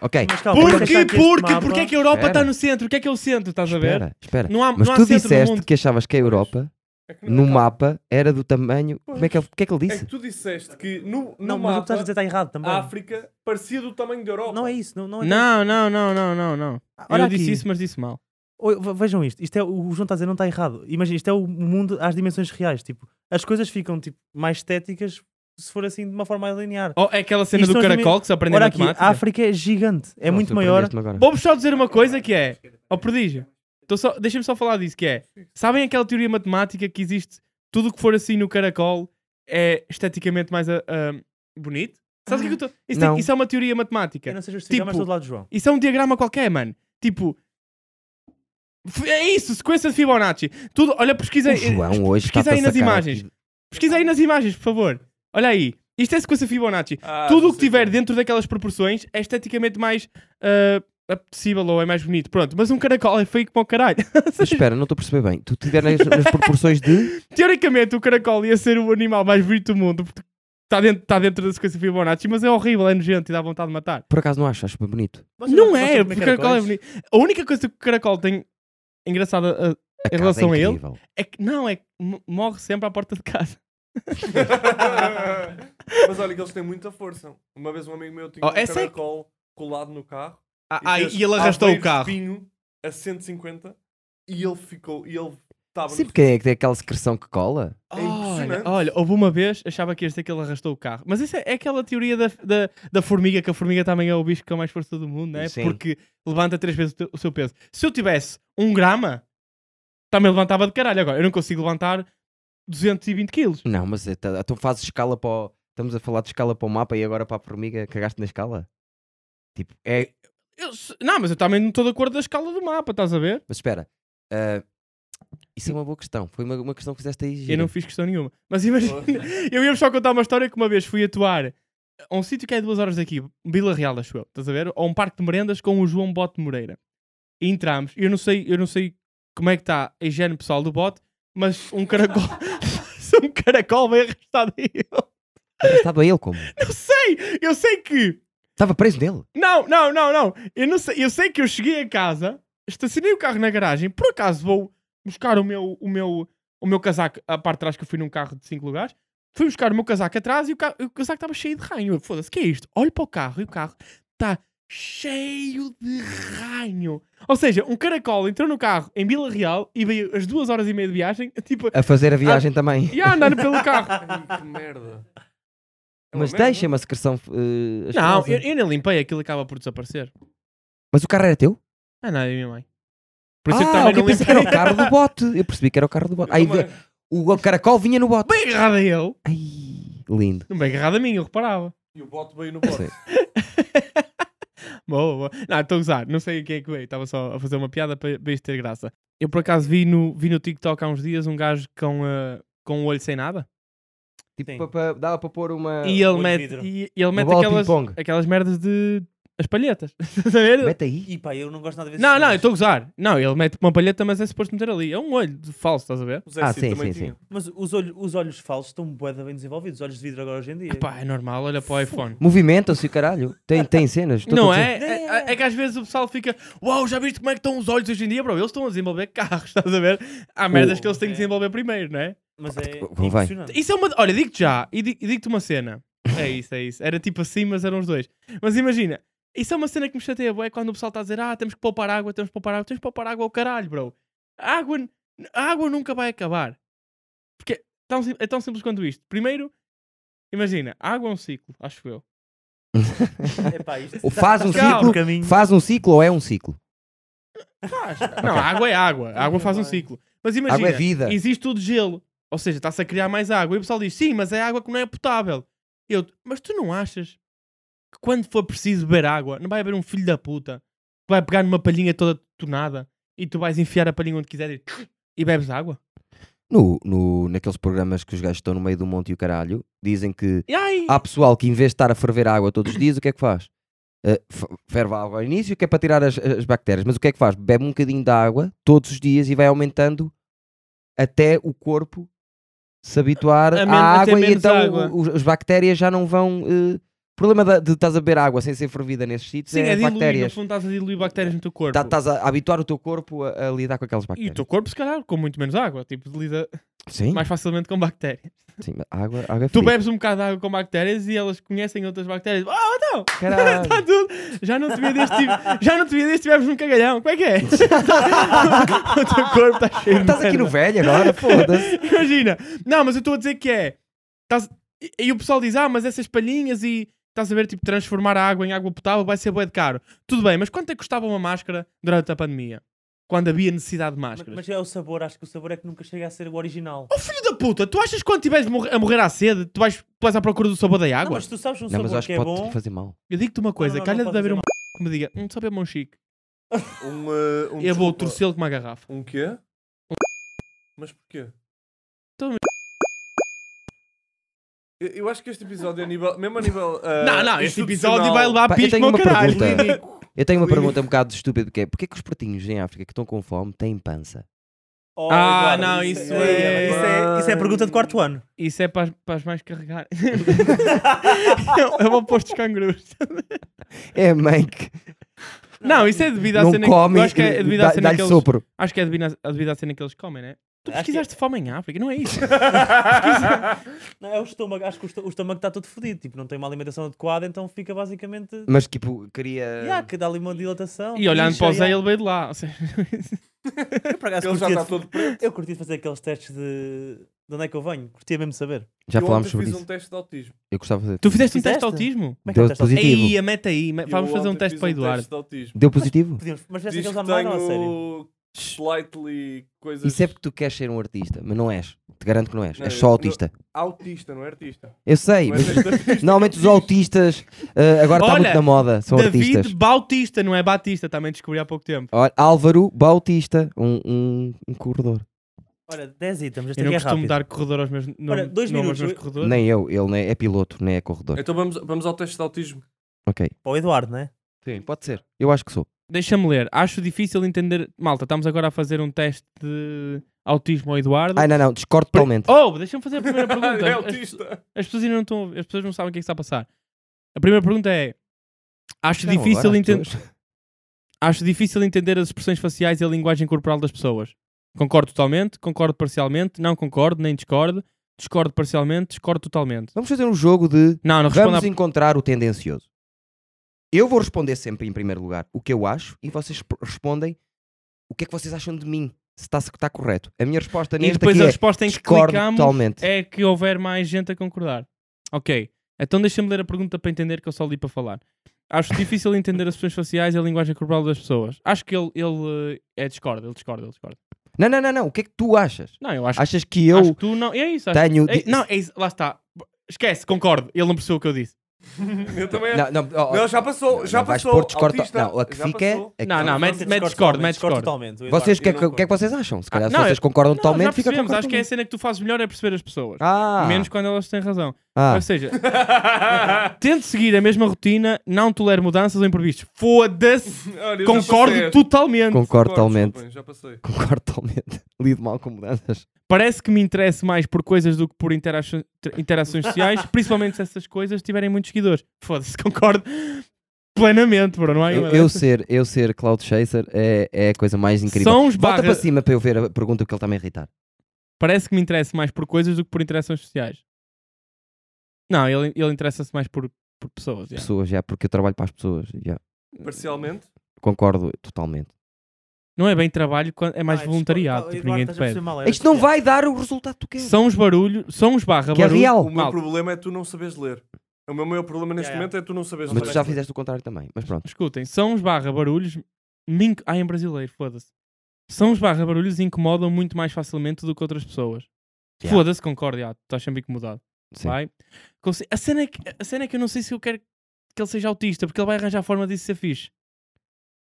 [SPEAKER 5] Ok,
[SPEAKER 3] Mas calma, vou deixar
[SPEAKER 1] porque,
[SPEAKER 3] aqui este
[SPEAKER 1] porque,
[SPEAKER 3] mapa.
[SPEAKER 1] porque é que a Europa está
[SPEAKER 5] Espera.
[SPEAKER 1] no centro? O que é que é o centro? Estás a ver?
[SPEAKER 5] espera, espera.
[SPEAKER 1] Não há,
[SPEAKER 5] Mas
[SPEAKER 1] não há
[SPEAKER 5] tu
[SPEAKER 1] centro no
[SPEAKER 5] disseste
[SPEAKER 1] mundo.
[SPEAKER 5] que achavas que a Europa,
[SPEAKER 4] É que não é
[SPEAKER 5] no
[SPEAKER 4] escala.
[SPEAKER 5] mapa, era do tamanho. Como é que ele, o que é que ele
[SPEAKER 4] É que
[SPEAKER 5] disse?
[SPEAKER 4] tu disseste que no, no
[SPEAKER 3] Não, mas o que
[SPEAKER 4] mapa
[SPEAKER 3] estás a dizer está errado também.
[SPEAKER 4] a África parecia do tamanho da Europa.
[SPEAKER 3] Não é isso, não, não é
[SPEAKER 1] Ah, Não, não, não, não, não, não.
[SPEAKER 3] Olha
[SPEAKER 1] eu disse
[SPEAKER 3] aqui.
[SPEAKER 1] isso, mas disse mal.
[SPEAKER 3] Oi, ve- Vejam isto, isto é, o o João está a dizer não está errado. Imagina, isto é o mundo às dimensões reais. Tipo, as coisas ficam tipo, mais estéticas se for assim de uma forma mais linear.
[SPEAKER 1] Oh, é aquela cena
[SPEAKER 3] Isto
[SPEAKER 1] do
[SPEAKER 3] nós também-
[SPEAKER 1] caracol que se aprende em
[SPEAKER 3] Ora aqui, a
[SPEAKER 1] matemática.
[SPEAKER 3] África é gigante, é
[SPEAKER 5] Não,
[SPEAKER 3] muito maior.
[SPEAKER 5] surpreendeste-me agora.
[SPEAKER 1] Vou-vos só dizer uma coisa que é... Ó, prodígio. tô só- Deixa-me só falar disso, que é... Sabem aquela teoria matemática que existe... Tudo o que for assim no caracol é esteticamente mais ah, ah, bonito? Sabes o que é que eu estou... Isso, tem-
[SPEAKER 5] Não.
[SPEAKER 1] isso é uma teoria matemática.
[SPEAKER 3] Eu não sei justificar, mas
[SPEAKER 1] Tipo,
[SPEAKER 3] estou do lado do João.
[SPEAKER 1] Isso é um diagrama qualquer, mano. Tipo. f- É isso, sequência de Fibonacci. Tudo, olha, pesquisa
[SPEAKER 5] O
[SPEAKER 1] aí.
[SPEAKER 5] João hoje está
[SPEAKER 1] é, pesquisa
[SPEAKER 5] a
[SPEAKER 1] aí nas
[SPEAKER 5] sacar
[SPEAKER 1] imagens.
[SPEAKER 5] aqui.
[SPEAKER 1] Pesquisa aí nas imagens, por favor. Olha aí. Isto é sequência de Fibonacci.
[SPEAKER 4] Ah,
[SPEAKER 1] Tudo
[SPEAKER 4] já
[SPEAKER 1] o que
[SPEAKER 4] sei
[SPEAKER 1] tiver
[SPEAKER 4] é.
[SPEAKER 1] dentro daquelas proporções é esteticamente mais ah, apetecível ou é mais bonito. Pronto, mas um caracol é feio como o caralho.
[SPEAKER 5] Mas espera, não estou a perceber bem. Tu tiver nas, nas proporções de.
[SPEAKER 1] Teoricamente, o caracol ia ser o animal mais bonito do mundo porque está dentro, tá dentro da sequência de Fibonacci, mas é horrível, é nojento e dá vontade de matar.
[SPEAKER 5] Por acaso não acho, acho bem bonito.
[SPEAKER 3] Vocês
[SPEAKER 1] Não
[SPEAKER 3] gostam
[SPEAKER 1] é,
[SPEAKER 3] de comer
[SPEAKER 1] porque o caracol é
[SPEAKER 3] caracóis?
[SPEAKER 1] bonito. A única coisa que o caracol tem engraçada a-
[SPEAKER 5] A
[SPEAKER 1] Em
[SPEAKER 5] casa
[SPEAKER 1] relação
[SPEAKER 5] é
[SPEAKER 1] a ele?
[SPEAKER 5] incrível.
[SPEAKER 1] é que não, é que mo- morre sempre à porta de casa.
[SPEAKER 4] Mas olha que eles têm muita força. Uma vez um amigo meu tinha
[SPEAKER 1] Oh,
[SPEAKER 4] um
[SPEAKER 1] essa é que-
[SPEAKER 4] caracol colado no carro.
[SPEAKER 1] Ah,
[SPEAKER 4] fez Aveiro Espinho a 150 e ele ficou, e ele estava
[SPEAKER 5] Sim, porque é que tem aquela secreção que cola.
[SPEAKER 1] É olha,
[SPEAKER 4] impressionante.
[SPEAKER 1] olha, houve uma vez, achava que este é que ele arrastou o carro. Mas isso é, é aquela teoria da, da, da formiga, que a formiga também é o bicho com mais força do mundo, né?
[SPEAKER 5] Sim.
[SPEAKER 1] Porque levanta três vezes o, teu- o seu peso. Se eu tivesse um grama, também levantava de caralho. Agora, eu não consigo levantar 220 quilos.
[SPEAKER 5] Não, mas é- tá- então fazes escala para o... Estamos a falar de escala para o mapa e agora para a formiga cagaste na escala? Tipo, é...
[SPEAKER 1] Eu se- não, mas eu também não estou de acordo da escala do mapa, estás a ver?
[SPEAKER 5] Mas espera. ah, Isso é uma boa questão. Foi uma, uma questão que fizeste aí.
[SPEAKER 1] Eu
[SPEAKER 5] gira.
[SPEAKER 1] não fiz questão nenhuma. Mas imagina, eu ia-vos só contar uma história que uma vez fui atuar a um sítio que é duas horas daqui, Vila Real, acho eu, estás a ver? Ou um parque de merendas com o João Bote Moreira. E entramos, eu não sei, eu não sei como é que está a higiene pessoal do bote, mas um caracol. um caracol bem arrastado a ele.
[SPEAKER 5] Estava ele como?
[SPEAKER 1] Não sei! Eu sei que
[SPEAKER 5] Estava preso dele.
[SPEAKER 1] não, não, não, não. Eu, não sei, eu sei que eu cheguei a casa, estacionei o carro na garagem, por acaso vou buscar o meu, o meu, o meu casaco, a parte de trás que eu fui num carro de 5 lugares, fui buscar o meu casaco atrás e o, ca- o casaco estava cheio de ranho. Eu, Foda-se, que é isto? Olho para o carro e o carro está cheio de ranho. Ou seja, um caracol entrou no carro em Vila Real e veio as duas horas e meia de viagem, tipo,
[SPEAKER 5] A fazer a viagem também.
[SPEAKER 1] e a andar pelo carro.
[SPEAKER 6] Ai, que merda. É uma
[SPEAKER 5] Mas
[SPEAKER 6] merda.
[SPEAKER 5] deixa-me a secreção. eh,
[SPEAKER 1] Não,
[SPEAKER 5] asquerosa.
[SPEAKER 1] eu, eu nem limpei, aquilo acaba por desaparecer.
[SPEAKER 5] Mas o carro era teu?
[SPEAKER 1] Ah, não, é da minha mãe. Por isso
[SPEAKER 5] Por
[SPEAKER 1] é
[SPEAKER 5] ah,
[SPEAKER 1] eu também
[SPEAKER 5] ok,
[SPEAKER 1] não
[SPEAKER 5] pensei que era o
[SPEAKER 1] limpei.
[SPEAKER 5] carro do bote. Eu percebi que era o carro do bote. Aí,
[SPEAKER 4] Também.
[SPEAKER 5] o o caracol vinha no bote.
[SPEAKER 1] Bem agarrado a ele.
[SPEAKER 5] Ai, lindo.
[SPEAKER 1] Não bem agarrado a mim, eu reparava.
[SPEAKER 4] E o bote veio no bote.
[SPEAKER 5] Sim.
[SPEAKER 1] Boa, boa. Não, estou a gozar. Não sei quem é que veio. Estava só a fazer uma piada para para isto ter graça. Eu, por acaso, vi no, vi no TikTok há uns dias um gajo com, ah, com um olho sem nada.
[SPEAKER 3] Sim.
[SPEAKER 5] Tipo, pa- pa- dava para pôr uma.
[SPEAKER 1] e ele
[SPEAKER 3] Ah, olho de
[SPEAKER 1] mete,
[SPEAKER 3] vidro.
[SPEAKER 1] e, e ele mete
[SPEAKER 5] bola de
[SPEAKER 1] aquelas,
[SPEAKER 5] ping-pong.
[SPEAKER 1] aquelas merdas de... As palhetas. Estás a ver?
[SPEAKER 5] Mete aí.
[SPEAKER 3] E pá, eu não gosto nada de ver
[SPEAKER 1] Não,
[SPEAKER 3] esses
[SPEAKER 1] não, eu
[SPEAKER 3] filmes.
[SPEAKER 1] estou a gozar. Não, ele mete uma palheta, mas é suposto meter ali. É um olho de falso, estás a ver?
[SPEAKER 4] O Zé
[SPEAKER 5] Ah,
[SPEAKER 4] Cid
[SPEAKER 5] sim,
[SPEAKER 4] também
[SPEAKER 5] sim,
[SPEAKER 4] tinha.
[SPEAKER 3] Mas os olhos, os olhos falsos estão bué da bem desenvolvidos. Os olhos de vidro agora hoje em dia.
[SPEAKER 1] Epá, é normal, olha para o iPhone.
[SPEAKER 5] Movimentam-se, caralho. Tem, tem cenas. estou-te
[SPEAKER 1] Não
[SPEAKER 5] a dizer.
[SPEAKER 1] é? É, é- é que às vezes o pessoal fica Uau, já viste como é que estão os olhos hoje em dia, bro? Eles estão a desenvolver carros, estás a ver? Há merdas que eles têm que
[SPEAKER 3] é.
[SPEAKER 1] desenvolver primeiro, não é?
[SPEAKER 3] Mas é
[SPEAKER 5] Convém.
[SPEAKER 3] impressionante.
[SPEAKER 1] Isso é uma... Olha, digo-te já e di- e digo-te uma cena. É isso, é isso. Era tipo assim, mas eram os dois. Mas imagina, isso é uma cena que me chateia, é quando o pessoal está a dizer Ah, temos que poupar água, temos que poupar água, temos que poupar água ao caralho, bro. A água, n- a água nunca vai acabar. Porque é tão, sim- é tão simples quanto isto. Primeiro, imagina, a água é um ciclo, acho eu.
[SPEAKER 3] Epá, isto- é
[SPEAKER 5] Ou faz um
[SPEAKER 1] Calma.
[SPEAKER 5] ciclo.
[SPEAKER 3] caminho.
[SPEAKER 5] Faz um ciclo ou é um ciclo?
[SPEAKER 1] Não, a água é água. A água faz um
[SPEAKER 6] bem.
[SPEAKER 1] ciclo. Mas imagina,
[SPEAKER 5] Água é vida.
[SPEAKER 1] existe o de gelo. Ou seja, está-se a criar mais água. E o pessoal diz, sim, mas é água que não é potável. Eu, mas tu não achas que quando for preciso beber água, não vai haver um filho da puta que vai pegar numa palhinha toda tonada e tu vais enfiar a palhinha onde quiser e, e bebes água?
[SPEAKER 5] No, no, naqueles programas que os gajos estão no meio do monte e o caralho, dizem que
[SPEAKER 1] E ai,
[SPEAKER 5] há pessoal que, em vez de estar a ferver água todos os dias, o que é que faz? Eh, f- ferve a água ao início, que é para tirar as, as bactérias, mas o que é que faz? Bebe um bocadinho de água todos os dias e vai aumentando até o corpo se habituar
[SPEAKER 1] A men-
[SPEAKER 5] à
[SPEAKER 1] até
[SPEAKER 5] água e
[SPEAKER 1] menos
[SPEAKER 5] então
[SPEAKER 1] água.
[SPEAKER 5] o- os- as bactérias já não vão. eh, o problema da- de estás a beber água sem ser fervida nesses sítios
[SPEAKER 1] sim,
[SPEAKER 5] é,
[SPEAKER 1] é
[SPEAKER 5] as
[SPEAKER 1] diluir, no
[SPEAKER 5] bactérias.
[SPEAKER 1] fundo estás a diluir bactérias no teu corpo.
[SPEAKER 5] Tá- Estás a habituar o teu corpo a, a lidar com
[SPEAKER 1] E
[SPEAKER 5] aquelas
[SPEAKER 1] o
[SPEAKER 5] bactérias.
[SPEAKER 1] teu corpo, se calhar, com muito menos água. Tipo, lida
[SPEAKER 5] Sim,
[SPEAKER 1] mais facilmente com bactérias.
[SPEAKER 5] sim, mas água, água é
[SPEAKER 1] Tu
[SPEAKER 5] fria.
[SPEAKER 1] bebes um bocado de água com bactérias e elas conhecem outras bactérias. Ah, então!
[SPEAKER 5] Caralho.
[SPEAKER 1] Tá tudo. Já não te vi desde tive, já não te vi desde tivemos um cagalhão. Como é que é? o teu corpo está cheio de
[SPEAKER 5] Estás aqui
[SPEAKER 1] merda.
[SPEAKER 5] no velho agora, foda-se.
[SPEAKER 1] Imagina. Não, mas eu estou a dizer que é. Estás- e- E o pessoal diz: "Ah, mas essas palhinhas e estás a ver tipo transformar a água em água potável vai ser bué de caro". Tudo bem, mas quanto é que custava uma máscara durante a pandemia? Quando havia necessidade de
[SPEAKER 3] Mas,
[SPEAKER 1] máscaras.
[SPEAKER 3] mas é o sabor, acho que o sabor é que nunca chega a ser o original.
[SPEAKER 1] Oh filho da puta, tu achas que quando estiveres mor- a morrer à sede, tu vais, tu vais à procura do sabor da
[SPEAKER 3] Não,
[SPEAKER 1] água?
[SPEAKER 3] mas tu sabes um
[SPEAKER 5] Não,
[SPEAKER 3] sabor
[SPEAKER 5] mas acho
[SPEAKER 3] que
[SPEAKER 5] que
[SPEAKER 3] é bom.
[SPEAKER 5] pode fazer mal.
[SPEAKER 1] Eu digo-te uma coisa,
[SPEAKER 3] Não, não, não
[SPEAKER 1] calha de
[SPEAKER 3] pode
[SPEAKER 1] beber
[SPEAKER 3] dizer
[SPEAKER 1] um que me diga, hum, só bebe um chique.
[SPEAKER 4] Um, eh, um
[SPEAKER 1] Eu vou
[SPEAKER 4] desculpa.
[SPEAKER 1] torcê-lo com uma garrafa.
[SPEAKER 4] Um quê? Mas porquê?
[SPEAKER 1] Então, mas-
[SPEAKER 4] Eu, eu acho que este episódio, é a nível, mesmo a nível. uh,
[SPEAKER 1] Não, não, este episódio vai levar
[SPEAKER 5] Pá, eu
[SPEAKER 1] pisco
[SPEAKER 5] tenho
[SPEAKER 1] ao
[SPEAKER 5] uma
[SPEAKER 1] caralho.
[SPEAKER 5] pergunta. Eu tenho
[SPEAKER 4] Clínico.
[SPEAKER 5] uma pergunta um bocado estúpida, que é porquê que os pratinhos em África que estão com fome têm pança?
[SPEAKER 3] Oh,
[SPEAKER 1] Ah,
[SPEAKER 3] Eduardo,
[SPEAKER 1] não, isso é-
[SPEAKER 3] Isso é, isso é pergunta de quarto ano.
[SPEAKER 1] Isso é para, as- para as mais carregar. é o oposto dos cangurus.
[SPEAKER 5] É a mãe que
[SPEAKER 1] Não, isso é devido à
[SPEAKER 5] não
[SPEAKER 1] cena
[SPEAKER 5] come
[SPEAKER 1] que. Eu acho que é
[SPEAKER 5] e
[SPEAKER 1] devido à
[SPEAKER 5] dá-
[SPEAKER 1] cena
[SPEAKER 5] dá-lhe
[SPEAKER 1] que eles.
[SPEAKER 5] sopro.
[SPEAKER 1] Acho que é devido à, devido à cena que eles comem, né? Tu
[SPEAKER 3] Acho que-
[SPEAKER 1] pesquisaste fome em África, não é isso?
[SPEAKER 3] Não, é o estômago, acho que o estô- o estômago está todo fodido. Tipo, não tem uma alimentação adequada, então fica basicamente.
[SPEAKER 5] Mas tipo, queria...
[SPEAKER 3] Ya, que dá-lhe uma dilatação.
[SPEAKER 1] e olhando
[SPEAKER 3] incha,
[SPEAKER 1] para o Zé,
[SPEAKER 3] ya.
[SPEAKER 1] ele veio de lá. Ou seja,
[SPEAKER 3] Eu, por acaso,
[SPEAKER 4] Ele já
[SPEAKER 3] curtia
[SPEAKER 4] está
[SPEAKER 3] de-
[SPEAKER 4] todo preto.
[SPEAKER 3] eu curti de fazer aqueles testes de. De onde é que eu venho? Curtia mesmo de saber.
[SPEAKER 5] Já
[SPEAKER 4] eu
[SPEAKER 5] falámos
[SPEAKER 4] ontem
[SPEAKER 5] sobre
[SPEAKER 4] fiz
[SPEAKER 5] isso.
[SPEAKER 4] um teste de autismo.
[SPEAKER 5] Eu gostava de fazer.
[SPEAKER 1] tu fizeste um teste de
[SPEAKER 3] Fizeste?
[SPEAKER 1] autismo?
[SPEAKER 3] Como é que é o
[SPEAKER 5] Deu
[SPEAKER 3] teste ao-
[SPEAKER 5] positivo.
[SPEAKER 1] Aí, mete aí. me-
[SPEAKER 4] Eu
[SPEAKER 1] Vamos fazer um
[SPEAKER 4] ontem
[SPEAKER 1] teste
[SPEAKER 4] fiz
[SPEAKER 1] para Eduardo.
[SPEAKER 4] teste de autismo.
[SPEAKER 5] Deu positivo?
[SPEAKER 3] Podíamos- Mas fizeste
[SPEAKER 4] Diz que
[SPEAKER 3] aqueles online ou a sério?
[SPEAKER 4] tenho slightly coisas.
[SPEAKER 5] Isso é porque tu queres ser um artista, mas não és. Te garanto que não és.
[SPEAKER 4] Não,
[SPEAKER 5] és
[SPEAKER 4] eu-
[SPEAKER 5] só
[SPEAKER 4] eu-
[SPEAKER 5] autista.
[SPEAKER 4] Autista, não é artista.
[SPEAKER 5] Eu sei,
[SPEAKER 4] Não és
[SPEAKER 5] mas
[SPEAKER 4] artista.
[SPEAKER 5] normalmente os autistas ah, agora está
[SPEAKER 1] Olha,
[SPEAKER 5] muito na moda. São
[SPEAKER 1] David
[SPEAKER 5] artistas.
[SPEAKER 1] Bautista, não é Batista, também descobri há pouco tempo.
[SPEAKER 5] Olha, Álvaro Bautista, um, um, um corredor.
[SPEAKER 3] Olha, 10 itens, este
[SPEAKER 1] Eu não
[SPEAKER 3] aqui é
[SPEAKER 1] costumo
[SPEAKER 3] rápido.
[SPEAKER 1] dar corredor aos meus, nome,
[SPEAKER 3] Ora, dois
[SPEAKER 1] nome aos
[SPEAKER 3] minutos,
[SPEAKER 1] meus
[SPEAKER 3] eu-
[SPEAKER 1] corredores.
[SPEAKER 5] Nem eu, ele nem é piloto, nem é corredor.
[SPEAKER 4] Então vamos, vamos ao teste de autismo.
[SPEAKER 5] Ok.
[SPEAKER 3] Para o Eduardo, não é?
[SPEAKER 5] Sim, pode ser. Eu acho que sou.
[SPEAKER 1] Deixa-me ler. Acho difícil entender. Malta, estamos agora a fazer um teste de autismo ao Eduardo.
[SPEAKER 5] Ai, não, não, discordo totalmente.
[SPEAKER 1] Oh, deixa-me fazer a primeira pergunta.
[SPEAKER 4] é
[SPEAKER 1] As-
[SPEAKER 4] autista.
[SPEAKER 1] As pessoas ainda não estão a ver, as pessoas não sabem o que é que está a passar. A primeira pergunta é: acho
[SPEAKER 5] Não,
[SPEAKER 1] difícil,
[SPEAKER 5] agora as
[SPEAKER 1] enten-
[SPEAKER 5] pessoas-
[SPEAKER 1] acho difícil entender as expressões faciais e a linguagem corporal das pessoas. Concordo totalmente, concordo parcialmente, não concordo, nem discordo, discordo parcialmente, discordo totalmente.
[SPEAKER 5] Vamos fazer um jogo de
[SPEAKER 1] Não, não respondo à...
[SPEAKER 5] vamos encontrar o tendencioso. Eu vou responder sempre em primeiro lugar o que eu acho e vocês p- respondem o que é que vocês acham de mim, se está tá correto. A minha resposta
[SPEAKER 1] E
[SPEAKER 5] neste
[SPEAKER 1] depois
[SPEAKER 5] aqui
[SPEAKER 1] a
[SPEAKER 5] é
[SPEAKER 1] resposta em que
[SPEAKER 5] discordo
[SPEAKER 1] clicamos
[SPEAKER 5] totalmente.
[SPEAKER 1] é que houver mais gente a concordar. Ok, então deixa-me ler a pergunta para entender que eu só li para falar. Acho difícil entender as expressões faciais e a linguagem corporal das pessoas. Acho que ele, ele eh, é discorda, ele discorda, ele discorda.
[SPEAKER 5] Não, não, não, não. O que é que tu achas?
[SPEAKER 1] Não, eu acho
[SPEAKER 5] Achas que
[SPEAKER 1] Acho
[SPEAKER 5] eu
[SPEAKER 1] que tu não. É isso. acho-
[SPEAKER 5] tenho...
[SPEAKER 1] é-
[SPEAKER 5] di-
[SPEAKER 1] não, é isso. Lá está. Esquece, concordo. Ele não percebeu o que eu disse.
[SPEAKER 4] Eu também é.
[SPEAKER 5] Não, não, oh, oh,
[SPEAKER 4] Não, já passou,
[SPEAKER 5] não,
[SPEAKER 4] já
[SPEAKER 5] não, vais
[SPEAKER 4] passou,
[SPEAKER 5] pôr discordo-
[SPEAKER 4] autista,
[SPEAKER 5] não, a que
[SPEAKER 4] já
[SPEAKER 5] fica é-
[SPEAKER 4] passou.
[SPEAKER 5] a que-
[SPEAKER 1] Não, não, mete,
[SPEAKER 3] Discordo
[SPEAKER 1] mete Discord, mete
[SPEAKER 3] totalmente, discordo
[SPEAKER 1] Discord.
[SPEAKER 3] totalmente. O
[SPEAKER 5] Vocês, o que, é
[SPEAKER 4] eu
[SPEAKER 5] que,
[SPEAKER 4] não
[SPEAKER 5] o que é que vocês acham? Se calhar
[SPEAKER 1] Ah, não,
[SPEAKER 5] se vocês
[SPEAKER 1] eu-
[SPEAKER 5] concordam
[SPEAKER 1] Não, já
[SPEAKER 5] totalmente, fica
[SPEAKER 1] percebemos.
[SPEAKER 5] concordo
[SPEAKER 1] Acho que é a cena que tu fazes melhor é perceber as pessoas.
[SPEAKER 5] Ah,
[SPEAKER 1] Menos quando elas têm razão.
[SPEAKER 5] ah.
[SPEAKER 1] Ou seja, tento seguir a mesma rotina, não tolero mudanças ou imprevistos. Foda-se!
[SPEAKER 4] Olha, eu já
[SPEAKER 1] Concordo
[SPEAKER 4] passei.
[SPEAKER 1] totalmente.
[SPEAKER 5] Concordo é- totalmente.
[SPEAKER 4] desculpem, Já passei.
[SPEAKER 5] Concordo totalmente. Lido mal com mudanças.
[SPEAKER 1] Parece que me interessa mais por coisas do que por interaço- tra- interações sociais, principalmente se essas coisas tiverem muitos seguidores. Foda-se, concordo plenamente, bro. Não há
[SPEAKER 5] Eu,
[SPEAKER 1] uma
[SPEAKER 5] eu
[SPEAKER 1] dessas.
[SPEAKER 5] ser, eu ser Cloud Chaser é, é a coisa mais incrível.
[SPEAKER 1] São os
[SPEAKER 5] Volta
[SPEAKER 1] barra...
[SPEAKER 5] para cima para eu ver a pergunta que ele está a me irritar.
[SPEAKER 1] parece que me interessa mais por coisas do que por interações sociais. Não, ele, ele interessa-se mais por, por pessoas. já.
[SPEAKER 5] Pessoas, já, porque eu trabalho para as pessoas. Já.
[SPEAKER 4] Parcialmente.
[SPEAKER 5] Concordo totalmente.
[SPEAKER 1] Não é bem trabalho, quan- é mais
[SPEAKER 3] Ah,
[SPEAKER 1] voluntariado.
[SPEAKER 3] discordo.
[SPEAKER 1] tipo,
[SPEAKER 3] Eduardo,
[SPEAKER 1] ninguém te
[SPEAKER 3] estás a perceber
[SPEAKER 1] pede.
[SPEAKER 3] mal, é era
[SPEAKER 5] Isto não
[SPEAKER 3] discordo.
[SPEAKER 5] vai dar o resultado que tu queres.
[SPEAKER 1] São os barulhos, são os barra
[SPEAKER 5] Que é
[SPEAKER 1] barulho.
[SPEAKER 5] real.
[SPEAKER 4] O meu
[SPEAKER 1] Malta,
[SPEAKER 4] problema é tu não sabes ler. O meu maior problema neste
[SPEAKER 3] Yeah,
[SPEAKER 4] momento é tu não sabes
[SPEAKER 5] Mas
[SPEAKER 4] ler.
[SPEAKER 5] tu já fizeste o contrário também. Mas pronto.
[SPEAKER 1] Escutem, são os barra barulhos. Min... Ah, em brasileiro, foda-se. São os barra barulhos incomodam muito mais facilmente do que outras pessoas.
[SPEAKER 5] Yeah.
[SPEAKER 1] Foda-se, concordo, já, estás sempre incomodado.
[SPEAKER 5] Sim.
[SPEAKER 1] Vai. Conse- A, cena é que, a cena é que eu não sei se eu quero que ele seja autista, porque ele vai arranjar forma disso ser fixe.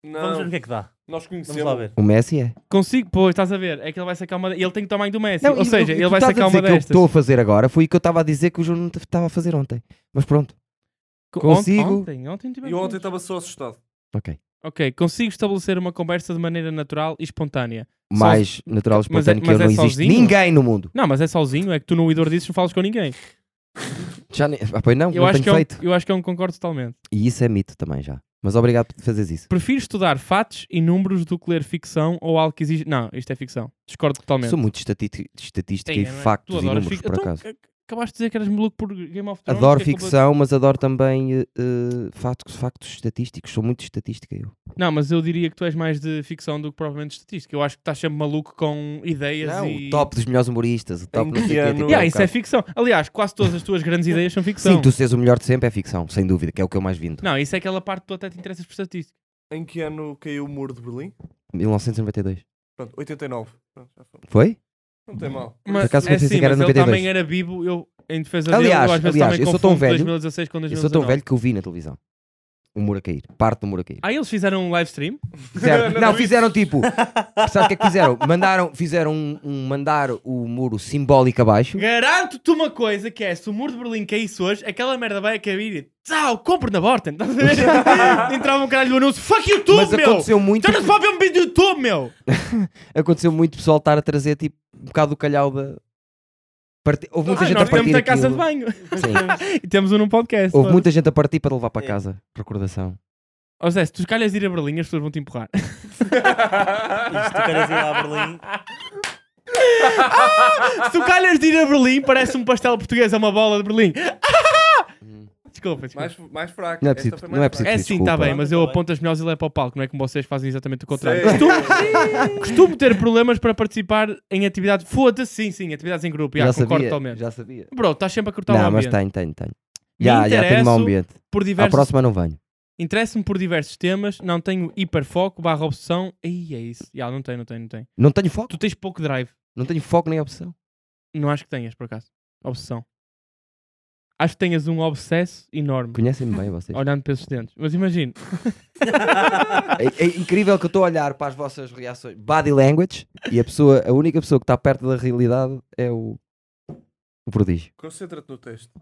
[SPEAKER 3] Vamos ver o
[SPEAKER 4] Não,
[SPEAKER 3] que é que dá. Vamos
[SPEAKER 4] nós
[SPEAKER 3] lá
[SPEAKER 4] conhecemos.
[SPEAKER 3] ver.
[SPEAKER 5] O Messi é.
[SPEAKER 1] Consigo, pois, estás a ver? É que ele vai sacar uma. Ele tem o tamanho do Messi.
[SPEAKER 5] Não,
[SPEAKER 1] Ou
[SPEAKER 5] e-
[SPEAKER 1] seja,
[SPEAKER 5] e
[SPEAKER 1] ele
[SPEAKER 5] tu
[SPEAKER 1] vai
[SPEAKER 5] estás a
[SPEAKER 1] sacar uma
[SPEAKER 5] dizer que eu
[SPEAKER 1] destas.
[SPEAKER 5] estou a fazer agora foi o que eu estava a dizer que o Júnior estava a fazer ontem. Mas pronto.
[SPEAKER 1] Co-
[SPEAKER 5] consigo.
[SPEAKER 1] Ontem, ontem tivemos
[SPEAKER 4] E ontem tá-
[SPEAKER 1] juntos.
[SPEAKER 4] estava só assustado.
[SPEAKER 5] Ok.
[SPEAKER 1] Ok, consigo estabelecer uma conversa de maneira natural e espontânea.
[SPEAKER 5] Mais natural e
[SPEAKER 1] Mas é-
[SPEAKER 5] espontâneo que
[SPEAKER 1] mas
[SPEAKER 5] eu não
[SPEAKER 1] é
[SPEAKER 5] existe
[SPEAKER 1] sozinho?
[SPEAKER 5] ninguém no mundo.
[SPEAKER 1] Não, mas é sozinho, é que tu no Idor dizes não falas com ninguém.
[SPEAKER 5] Já nem... ah, pois não,
[SPEAKER 1] Eu,
[SPEAKER 5] não
[SPEAKER 1] acho
[SPEAKER 5] tenho
[SPEAKER 1] que é um,
[SPEAKER 5] feito.
[SPEAKER 1] eu acho que é um concordo totalmente.
[SPEAKER 5] E isso é mito também já. Mas obrigado por fazeres isso.
[SPEAKER 1] Prefiro estudar fatos e números do que ler ficção ou algo que exige. Não, isto é ficção. Discordo totalmente.
[SPEAKER 5] Sou muito estati- estatística
[SPEAKER 1] Ei,
[SPEAKER 5] e
[SPEAKER 1] não é? Tu
[SPEAKER 5] factos e
[SPEAKER 1] adoras
[SPEAKER 5] números,
[SPEAKER 1] fic-
[SPEAKER 5] por
[SPEAKER 1] Então,
[SPEAKER 5] acaso.
[SPEAKER 1] ac- Acabaste de dizer que eras maluco por Game of Thrones.
[SPEAKER 5] Adoro
[SPEAKER 1] que é complet-
[SPEAKER 5] ficção, mas adoro também eh, eh, factos, factos estatísticos. Sou muito estatística eu.
[SPEAKER 1] Não, mas eu diria que tu és mais de ficção do que provavelmente de estatística. Eu acho que estás sempre maluco com ideias
[SPEAKER 5] Não,
[SPEAKER 1] e.
[SPEAKER 5] o top dos melhores humoristas, o top
[SPEAKER 4] Em
[SPEAKER 5] não sei o
[SPEAKER 4] que
[SPEAKER 5] quê,
[SPEAKER 4] ano?
[SPEAKER 5] tipo,
[SPEAKER 1] Yeah,
[SPEAKER 5] um
[SPEAKER 1] isso é
[SPEAKER 5] bocado-
[SPEAKER 1] ficção. Aliás, quase todas as tuas grandes ideias são ficção.
[SPEAKER 5] Sim, tu seres o melhor de sempre é ficção, sem dúvida, que é o que eu mais vindo.
[SPEAKER 1] Não, isso é aquela parte que tu até te interessas por estatística.
[SPEAKER 4] Em que ano caiu o muro de Berlim?
[SPEAKER 5] 1992.
[SPEAKER 4] Pronto, 89. Pronto, já foi.
[SPEAKER 5] Foi?
[SPEAKER 4] Não tem mal.
[SPEAKER 1] Mas,
[SPEAKER 5] acaso
[SPEAKER 1] é
[SPEAKER 5] pensei
[SPEAKER 1] sim,
[SPEAKER 5] que era
[SPEAKER 1] mas ele
[SPEAKER 5] 92.
[SPEAKER 1] também era vivo, eu, em defesa
[SPEAKER 5] Aliás,
[SPEAKER 1] dele, eu às vezes
[SPEAKER 5] aliás,
[SPEAKER 1] também
[SPEAKER 5] eu sou
[SPEAKER 1] confundo
[SPEAKER 5] tão velho.
[SPEAKER 1] 2016 com
[SPEAKER 5] Eu
[SPEAKER 1] 2019.
[SPEAKER 5] sou tão velho que eu vi na televisão. O muro a cair. Parte do muro a cair.
[SPEAKER 1] Ah, eles fizeram um live stream?
[SPEAKER 5] Fizeram-
[SPEAKER 4] Não,
[SPEAKER 5] não,
[SPEAKER 4] não,
[SPEAKER 5] fizeram tipo. Sabe o que é que fizeram? Mandaram, fizeram um, um- mandar o muro simbólico abaixo.
[SPEAKER 1] Garanto-te uma coisa, que é, se o muro de Berlim caísse hoje, aquela merda vai cair e tchau, compre na Borten. estás a ver? Entrava um caralho do anúncio, fuck YouTube,
[SPEAKER 5] Mas
[SPEAKER 1] meu!
[SPEAKER 5] aconteceu muito.
[SPEAKER 1] Estás a ver um vídeo do YouTube, meu!
[SPEAKER 5] Aconteceu muito pessoal estar a trazer tipo um bocado do calhau da. Parti- Houve muita
[SPEAKER 1] Ah,
[SPEAKER 5] gente
[SPEAKER 1] nós
[SPEAKER 5] a partir
[SPEAKER 1] temos a casa de
[SPEAKER 5] aquilo.
[SPEAKER 1] banho.
[SPEAKER 5] Sim.
[SPEAKER 1] E temos um num podcast.
[SPEAKER 5] Houve
[SPEAKER 1] mano.
[SPEAKER 5] muita gente a partir para levar para
[SPEAKER 3] É.
[SPEAKER 5] casa. Recordação.
[SPEAKER 1] Ó Zé, se tu calhas ir a Berlim, as pessoas vão te empurrar.
[SPEAKER 3] E se tu queres ir assim lá a Berlim,
[SPEAKER 1] se tu calhas de ir a Berlim, parece um pastel português a uma bola de Berlim. Hum. Desculpa, desculpa.
[SPEAKER 4] Mais, mais fraco.
[SPEAKER 5] Não é
[SPEAKER 4] Esta
[SPEAKER 5] preciso-
[SPEAKER 4] foi
[SPEAKER 5] não é
[SPEAKER 4] fraca.
[SPEAKER 5] preciso-
[SPEAKER 1] É sim, está
[SPEAKER 5] desculpa.
[SPEAKER 1] bem, mas eu
[SPEAKER 3] Tá bem.
[SPEAKER 1] aponto as melhores e levo para o palco, não é como vocês fazem exatamente o contrário.
[SPEAKER 4] Sei.
[SPEAKER 1] Costumo, costumo ter problemas para participar em atividades. Foda-se, sim, sim, atividades em grupo. Já,
[SPEAKER 5] já
[SPEAKER 1] concordo
[SPEAKER 5] sabia.
[SPEAKER 1] totalmente.
[SPEAKER 5] Já sabia.
[SPEAKER 1] Bro, estás sempre a cortar o
[SPEAKER 5] Não, mas
[SPEAKER 1] ambiente.
[SPEAKER 5] tenho, tenho, tenho. Já, já tenho mau
[SPEAKER 1] interesso
[SPEAKER 5] ambiente.
[SPEAKER 1] Por
[SPEAKER 5] À
[SPEAKER 1] diversos...
[SPEAKER 5] próxima não venho.
[SPEAKER 1] Interesso-me por diversos temas, não tenho hiperfoco, barra obsessão. Aí é isso. Já, não tem, não tem, não tem.
[SPEAKER 5] Não tenho foco.
[SPEAKER 1] Tu tens pouco drive.
[SPEAKER 5] Não tenho foco nem opção.
[SPEAKER 1] Não acho que tenhas, por acaso. Obsessão. Acho que tenhas um obsesso enorme.
[SPEAKER 5] Conhecem-me bem vocês.
[SPEAKER 1] Olhando para esses dentes. Mas imagino.
[SPEAKER 5] É, é incrível que eu estou a olhar para as vossas reações. Body language. E a pessoa, a única pessoa que está perto da realidade é o, o prodígio.
[SPEAKER 4] Concentra-te no texto.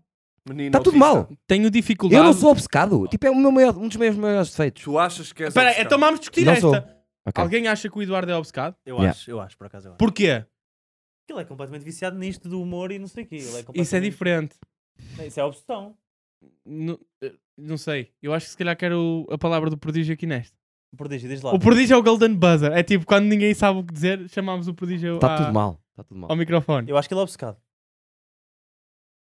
[SPEAKER 4] Menino
[SPEAKER 5] Está Tá tudo
[SPEAKER 4] autista.
[SPEAKER 5] mal.
[SPEAKER 1] Tenho dificuldade.
[SPEAKER 5] Eu não sou obcecado. Tipo, é o meu maior- um dos meus maiores defeitos.
[SPEAKER 4] Tu achas que és
[SPEAKER 1] Espera,
[SPEAKER 4] obcecado?
[SPEAKER 1] então vamos discutir
[SPEAKER 5] Não
[SPEAKER 1] esta.
[SPEAKER 5] sou. Ok.
[SPEAKER 1] Alguém acha que o Eduardo é obcecado?
[SPEAKER 3] Eu
[SPEAKER 5] Yeah.
[SPEAKER 3] acho, eu acho, por acaso. Eu acho.
[SPEAKER 1] Porquê?
[SPEAKER 3] Porque ele é completamente viciado nisto do humor e não sei o quê. Ele é
[SPEAKER 1] Isso é
[SPEAKER 3] completamente-
[SPEAKER 1] diferente.
[SPEAKER 3] Isso é obsessão.
[SPEAKER 1] Não, eh, não sei. Eu acho que se calhar quero a palavra do prodígio aqui nesta.
[SPEAKER 3] Prodígio, diz lá.
[SPEAKER 1] O prodígio é o Golden Buzzer. É tipo, quando ninguém sabe o que dizer, chamamos o prodígio
[SPEAKER 5] Está
[SPEAKER 1] à-
[SPEAKER 5] Tá tudo mal. Está tudo mal.
[SPEAKER 1] ao microfone.
[SPEAKER 3] Eu acho que ele é obcecado.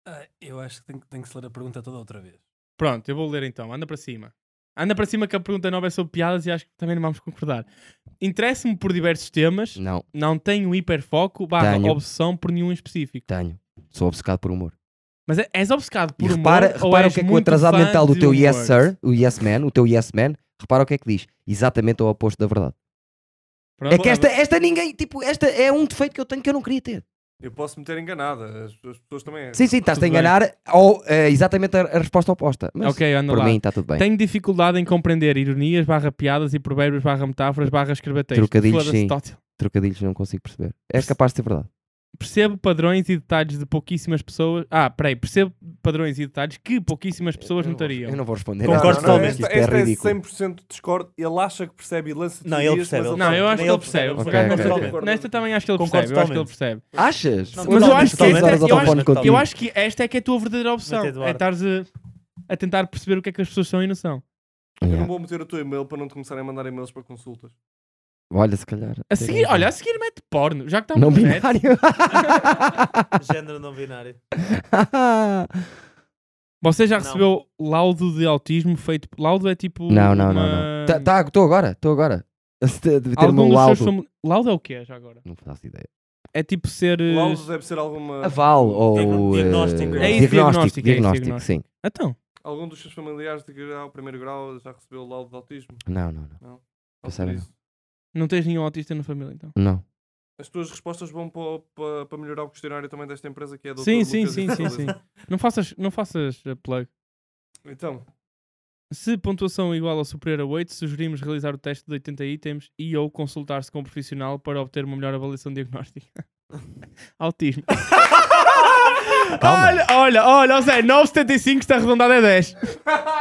[SPEAKER 6] Ah, eu acho que tenho, tenho que se ler a pergunta toda outra vez.
[SPEAKER 1] Pronto, eu vou ler então. Anda para cima. Anda para cima que a pergunta nova é sobre piadas e acho que também não vamos concordar. Interessa-me por diversos temas.
[SPEAKER 5] Não,
[SPEAKER 1] Não tenho hiperfoco barra
[SPEAKER 5] Hum. Tenho.
[SPEAKER 1] obsessão por nenhum em específico.
[SPEAKER 5] tenho. Sou obcecado por humor.
[SPEAKER 1] Mas é- és obcecado por
[SPEAKER 5] e
[SPEAKER 1] humor
[SPEAKER 5] repara,
[SPEAKER 1] ou
[SPEAKER 5] repara o
[SPEAKER 1] és
[SPEAKER 5] que é que o
[SPEAKER 1] muito
[SPEAKER 5] atrasado
[SPEAKER 1] fã
[SPEAKER 5] mental do
[SPEAKER 1] de
[SPEAKER 5] teu yes
[SPEAKER 1] humor?
[SPEAKER 5] sir, o yes man, o teu yes man, repara o que é que diz. Exatamente ao oposto da verdade.
[SPEAKER 1] Pronto,
[SPEAKER 5] É que esta, esta ninguém, tipo, esta é um defeito que eu tenho que eu não queria ter.
[SPEAKER 4] Eu posso me ter enganado. As, as pessoas também. é-
[SPEAKER 5] Sim, sim, estás-te a
[SPEAKER 1] Tudo bem.
[SPEAKER 5] enganar ou eh, exatamente a, a resposta oposta. Mas
[SPEAKER 1] Ok, anda
[SPEAKER 5] por
[SPEAKER 1] lá.
[SPEAKER 5] mim está tudo bem.
[SPEAKER 1] Tenho dificuldade em compreender ironias, barra piadas e provérbios, barra metáforas, barra escrever texto.
[SPEAKER 5] Trocadilhos,
[SPEAKER 1] Foda-se,
[SPEAKER 5] sim.
[SPEAKER 1] Tótil.
[SPEAKER 5] Trocadilhos não consigo perceber. És capaz de ser verdade.
[SPEAKER 1] Percebo padrões e detalhes de pouquíssimas pessoas. Ah, peraí, percebo padrões e detalhes que pouquíssimas pessoas
[SPEAKER 5] Eu não vou-
[SPEAKER 1] notariam.
[SPEAKER 5] Eu não vou responder.
[SPEAKER 3] Concordo
[SPEAKER 5] nada,
[SPEAKER 3] totalmente.
[SPEAKER 5] isto
[SPEAKER 4] Esta,
[SPEAKER 5] é
[SPEAKER 4] esta é,
[SPEAKER 5] ridículo.
[SPEAKER 4] 100% discordo. Ele acha que percebe e lança
[SPEAKER 3] Não, ele
[SPEAKER 4] teorias,
[SPEAKER 3] percebe,
[SPEAKER 4] mas
[SPEAKER 3] ele
[SPEAKER 1] Não, eu acho
[SPEAKER 3] Nem
[SPEAKER 1] que ele
[SPEAKER 3] ele percebe,
[SPEAKER 1] percebe.
[SPEAKER 5] ele
[SPEAKER 1] Por acaso
[SPEAKER 5] percebe.
[SPEAKER 1] nesta-
[SPEAKER 5] Ok,
[SPEAKER 4] ok.
[SPEAKER 1] Nesta também acho que ele
[SPEAKER 3] Concordo
[SPEAKER 1] percebe. Eu acho que ele
[SPEAKER 3] totalmente.
[SPEAKER 1] percebe.
[SPEAKER 5] Achas?
[SPEAKER 3] Não,
[SPEAKER 1] Mas eu
[SPEAKER 3] totalmente,
[SPEAKER 1] acho que
[SPEAKER 3] totalmente.
[SPEAKER 1] esta é-
[SPEAKER 5] horas ao
[SPEAKER 1] eu
[SPEAKER 5] telefone
[SPEAKER 1] acho-
[SPEAKER 5] contigo.
[SPEAKER 1] eu acho que esta é que é a tua verdadeira opção.
[SPEAKER 3] Mas, Eduardo.
[SPEAKER 1] É estares a, a tentar perceber o que é que as pessoas são e não são.
[SPEAKER 4] Eu não
[SPEAKER 5] Yeah.
[SPEAKER 4] vou meter o teu e-mail para não te começarem a mandar e-mails para consultas.
[SPEAKER 5] Olha, se calhar.
[SPEAKER 1] A seguir, olha, a seguir mete porno. Já que estamos
[SPEAKER 5] Não
[SPEAKER 1] na net.
[SPEAKER 5] binário.
[SPEAKER 3] Género não binário.
[SPEAKER 1] Você já
[SPEAKER 3] Não.
[SPEAKER 1] recebeu laudo de autismo feito. Laudo é tipo.
[SPEAKER 5] Não, não, não,
[SPEAKER 1] uma-
[SPEAKER 5] não. Tá, tá, estou agora, estou agora. Se te- Deve ter
[SPEAKER 1] Algum
[SPEAKER 5] um
[SPEAKER 1] dos seus
[SPEAKER 5] laudo.
[SPEAKER 1] fam- Laudo é o que é já agora?
[SPEAKER 5] Não faço ideia.
[SPEAKER 1] É tipo ser. eh,
[SPEAKER 4] Laudos deve ser alguma.
[SPEAKER 5] Aval ou. eh,
[SPEAKER 3] Diagnóstico.
[SPEAKER 1] É isso,
[SPEAKER 5] Diagnóstico,
[SPEAKER 1] diagnóstico, é isso,
[SPEAKER 5] diagnóstico, sim.
[SPEAKER 1] Então.
[SPEAKER 4] Algum dos seus familiares de grau, primeiro grau, já recebeu o laudo de autismo?
[SPEAKER 5] Não, não, não.
[SPEAKER 4] Ou
[SPEAKER 5] Pensava
[SPEAKER 4] por
[SPEAKER 5] não.
[SPEAKER 4] isso?
[SPEAKER 1] Não tens nenhum autista na família, então.
[SPEAKER 5] Não.
[SPEAKER 4] As tuas respostas vão para, o- para, para melhorar o questionário também desta empresa que é a Dr.
[SPEAKER 1] Sim, sim,
[SPEAKER 4] Lucas e
[SPEAKER 1] sim, sim, sim.
[SPEAKER 4] Fortaleza.
[SPEAKER 1] Não faças, não faças eh, plug.
[SPEAKER 4] Então,
[SPEAKER 1] Se pontuação igual ou superior a 8, sugerimos realizar o teste de 80 itens e ou consultar-se com um profissional para obter uma melhor avaliação diagnóstica. Autismo.
[SPEAKER 5] Calma.
[SPEAKER 1] Olha, olha, olha, ou seja, 9,75 está arredondado a é 10.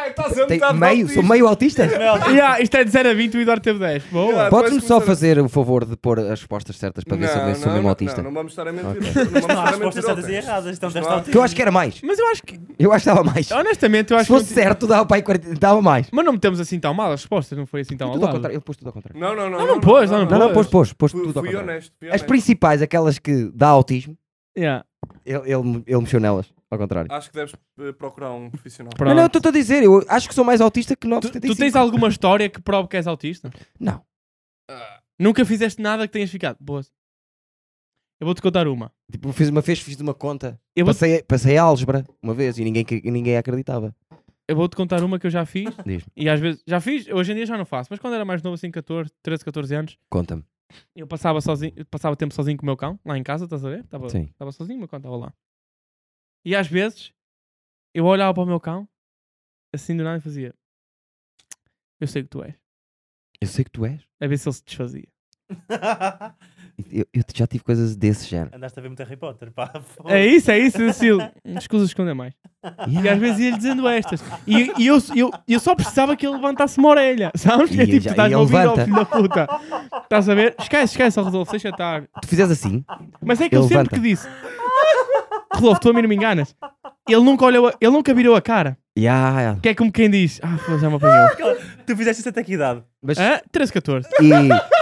[SPEAKER 4] estás a
[SPEAKER 5] Tem
[SPEAKER 4] metade
[SPEAKER 5] meio,
[SPEAKER 4] Tá autista.
[SPEAKER 5] sou meio autista?
[SPEAKER 1] yeah, isto é de 0 a 20, o Eduardo teve 10. Boa.
[SPEAKER 4] Yeah.
[SPEAKER 5] Podes-me
[SPEAKER 4] Vais
[SPEAKER 5] só
[SPEAKER 4] começar a-
[SPEAKER 5] fazer o favor de pôr as respostas certas para ver se eu mesmo sou mesmo autista?
[SPEAKER 4] Não, não vamos estar a mentir.
[SPEAKER 5] Ok.
[SPEAKER 4] Não vamos
[SPEAKER 3] Não há
[SPEAKER 4] estar a mentir.
[SPEAKER 3] respostas certas e
[SPEAKER 4] Elton.
[SPEAKER 3] erradas. Então,
[SPEAKER 4] Isto não
[SPEAKER 3] desta
[SPEAKER 4] há-
[SPEAKER 3] altura.
[SPEAKER 5] Que eu acho que é- era mais.
[SPEAKER 1] Mas eu acho que,
[SPEAKER 5] Eu acho que dava mais.
[SPEAKER 1] honestamente, eu
[SPEAKER 5] Se
[SPEAKER 1] acho que. não
[SPEAKER 5] fosse
[SPEAKER 1] ti-
[SPEAKER 5] certo, dava para aí 40, dava mais.
[SPEAKER 1] Mas não metemos assim tão mal as respostas, não foi assim tão
[SPEAKER 5] Eu
[SPEAKER 1] ao
[SPEAKER 5] Então tudo ao
[SPEAKER 1] lado.
[SPEAKER 5] contrário, eu pus tudo ao contrário.
[SPEAKER 4] Não, não, não.
[SPEAKER 1] não pôs, não,
[SPEAKER 5] Não, não,
[SPEAKER 1] Pois.
[SPEAKER 5] pôs, pôs, pôs
[SPEAKER 4] Fui,
[SPEAKER 5] tudo ao
[SPEAKER 4] fui
[SPEAKER 5] contrário.
[SPEAKER 4] honesto. fui
[SPEAKER 5] As
[SPEAKER 4] honesto.
[SPEAKER 5] principais, aquelas que dá autismo,
[SPEAKER 1] Yeah.
[SPEAKER 5] ele, ele, ele mexeu nelas, ao contrário.
[SPEAKER 4] Acho que deves eh, procurar um profissional.
[SPEAKER 5] Não,
[SPEAKER 1] Pronto.
[SPEAKER 5] não, eu estou a dizer, eu acho que sou mais autista que
[SPEAKER 1] tu,
[SPEAKER 5] 975.
[SPEAKER 1] tu tens alguma história que prove que és autista?
[SPEAKER 5] Não.
[SPEAKER 1] Nunca fizeste nada que tenhas ficado. Boas. Eu vou-te contar uma.
[SPEAKER 5] Tipo, fiz uma vez, fiz de uma conta.
[SPEAKER 1] Eu vou-
[SPEAKER 5] Passei, passei a álgebra uma vez e ninguém, e ninguém acreditava.
[SPEAKER 1] Eu vou-te contar uma que eu já fiz.
[SPEAKER 5] Diz-me.
[SPEAKER 1] E às vezes, já fiz, hoje em dia já não faço, mas quando era mais novo, assim, 14, 13, 14 anos,
[SPEAKER 5] Conta-me.
[SPEAKER 1] eu passava, sozinho, eu passava tempo sozinho com o meu cão, lá em casa, estás a ver? Estava
[SPEAKER 5] Sim.
[SPEAKER 1] estava sozinho, o meu cão estava lá. E às vezes, eu olhava para o meu cão, assim do nada, e fazia: Eu sei que tu és.
[SPEAKER 5] Eu sei que tu és.
[SPEAKER 1] A ver se ele se desfazia.
[SPEAKER 5] Eu, eu já tive coisas desse género.
[SPEAKER 3] Andaste a ver muito Harry Potter, pá.
[SPEAKER 1] É isso, é isso, Cecil. Escusa esconder mais. E às
[SPEAKER 5] Yeah.
[SPEAKER 1] vezes ia-lhe dizendo estas. E, e eu, eu, eu só precisava que ele levantasse uma orelha, sabes?
[SPEAKER 5] E
[SPEAKER 1] é tipo,
[SPEAKER 5] já-
[SPEAKER 1] tu estás
[SPEAKER 5] e
[SPEAKER 1] a ouvir, ó
[SPEAKER 5] levanta.
[SPEAKER 1] filho da puta. Estás a ver? Esquece, esquece, ó Rodolfo, deixa estar.
[SPEAKER 5] Tu fizes assim?
[SPEAKER 1] Mas é que
[SPEAKER 5] Ele
[SPEAKER 1] eu sempre
[SPEAKER 5] levanta.
[SPEAKER 1] que disse, Rodolfo, tu a mim não me enganas. Ele nunca olhou, a- ele nunca virou a cara.
[SPEAKER 5] Yeah, yeah.
[SPEAKER 1] O que é como quem diz? Ah, pô, já me apanhou.
[SPEAKER 3] Tu fizeste isso até que idade?
[SPEAKER 5] Mas
[SPEAKER 1] Hã? 13, 14.
[SPEAKER 5] e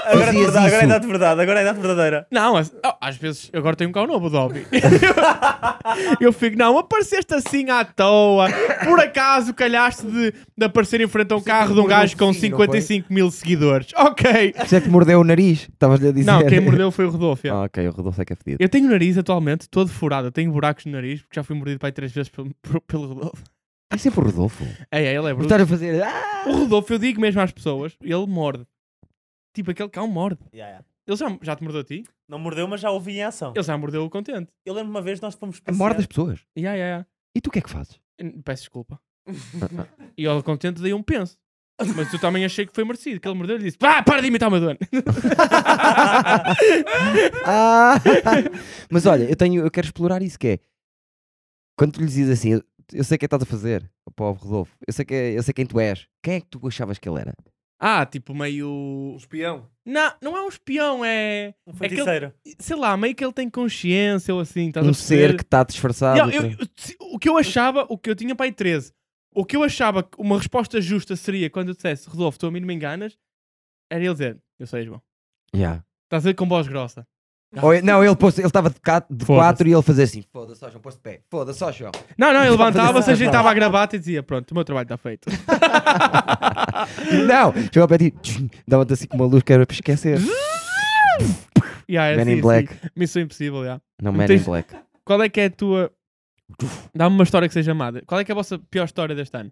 [SPEAKER 3] Agora é, de verdade,
[SPEAKER 5] fazias
[SPEAKER 3] agora é
[SPEAKER 5] isso.
[SPEAKER 3] idade de verdade, agora é idade verdadeira.
[SPEAKER 1] Não, mas- oh, às vezes eu agora tenho um carro novo, Dobby. eu fico, não, apareceste assim à toa. Por acaso calhaste de, de aparecer em frente a um carro de um
[SPEAKER 5] mordeu
[SPEAKER 1] gajo
[SPEAKER 5] o
[SPEAKER 1] com
[SPEAKER 5] focinho, não foi?
[SPEAKER 1] 55 mil seguidores. Ok.
[SPEAKER 5] Isso é que mordeu o nariz. Estavas-lhe a dizer.
[SPEAKER 1] Não, quem mordeu foi o Rodolfo. yeah.
[SPEAKER 5] Ah, ok, o Rodolfo é que é fedido.
[SPEAKER 1] Eu tenho o nariz atualmente todo furado, eu tenho buracos no nariz porque já fui mordido para aí três vezes pelo, por- pelo Rodolfo.
[SPEAKER 5] É sempre o Rodolfo.
[SPEAKER 1] É, é, ele é
[SPEAKER 5] Por
[SPEAKER 1] bruto.
[SPEAKER 5] estar a fazer. "Ah!"
[SPEAKER 1] O Rodolfo, eu digo mesmo às pessoas, ele morde. Tipo, aquele cão morde.
[SPEAKER 3] Yeah, yeah.
[SPEAKER 1] Ele já, já te mordeu a ti?
[SPEAKER 3] Não mordeu, mas já ouvi em ação.
[SPEAKER 1] Ele já mordeu o contente.
[SPEAKER 3] Eu lembro uma vez nós fomos passear.
[SPEAKER 5] Morde as pessoas.
[SPEAKER 1] Ya, ya, ya.
[SPEAKER 5] E tu o que é que fazes?
[SPEAKER 1] Eu- Peço desculpa. e ele contente dei um penso. Mas eu também achei que foi merecido. Que ele mordeu e disse: Pá, para de imitar o meu dono.
[SPEAKER 5] Ah! Mas olha, eu tenho, eu quero explorar isso que é. Quando tu lhes dizes assim, eu, eu sei o que é que estás a fazer, ó pobre Rodolfo, eu sei, que, é- eu sei quem tu és. Quem é que tu achavas que ele era?
[SPEAKER 1] Ah, tipo meio.
[SPEAKER 4] Um espião.
[SPEAKER 1] Não, não é um espião, é.
[SPEAKER 3] Um
[SPEAKER 1] aquele-
[SPEAKER 3] feiticeiro.
[SPEAKER 1] Sei lá, meio que ele tem consciência ou assim. Estás a
[SPEAKER 5] um
[SPEAKER 1] perceber?
[SPEAKER 5] ser que está disfarçado.
[SPEAKER 1] Ya, eu-
[SPEAKER 5] que-
[SPEAKER 1] eu- se- o que eu achava, o que eu tinha para aí 13, o que eu achava que uma resposta justa seria quando eu dissesse Rodolfo, tu a mim não me enganas, era ele dizer: Eu sei, João.
[SPEAKER 5] Yeah.
[SPEAKER 1] Estás a ver com voz grossa.
[SPEAKER 5] Ou ele- não, ele pôs- ele estava de, ca- de
[SPEAKER 1] Ah. Foda-se.
[SPEAKER 5] quatro e ele fazia assim: foda-se, só João, pôs de pé, foda-se, só João.
[SPEAKER 1] Não, não, é ele levantava-se, ajeitava a gravata e dizia: Pronto, o meu trabalho está feito.
[SPEAKER 5] não, chegou ao pé de ti, dava-te assim com uma luz que era para esquecer.
[SPEAKER 1] Ya, era
[SPEAKER 5] Men
[SPEAKER 1] assim,
[SPEAKER 5] in
[SPEAKER 1] assim.
[SPEAKER 5] Black.
[SPEAKER 1] Missão impossível, já.
[SPEAKER 5] Não,
[SPEAKER 1] Não
[SPEAKER 5] Man
[SPEAKER 1] tens-
[SPEAKER 5] in Black.
[SPEAKER 1] Qual é que é a tua. Dá-me uma história que seja amada. Qual é que é a vossa pior história deste ano?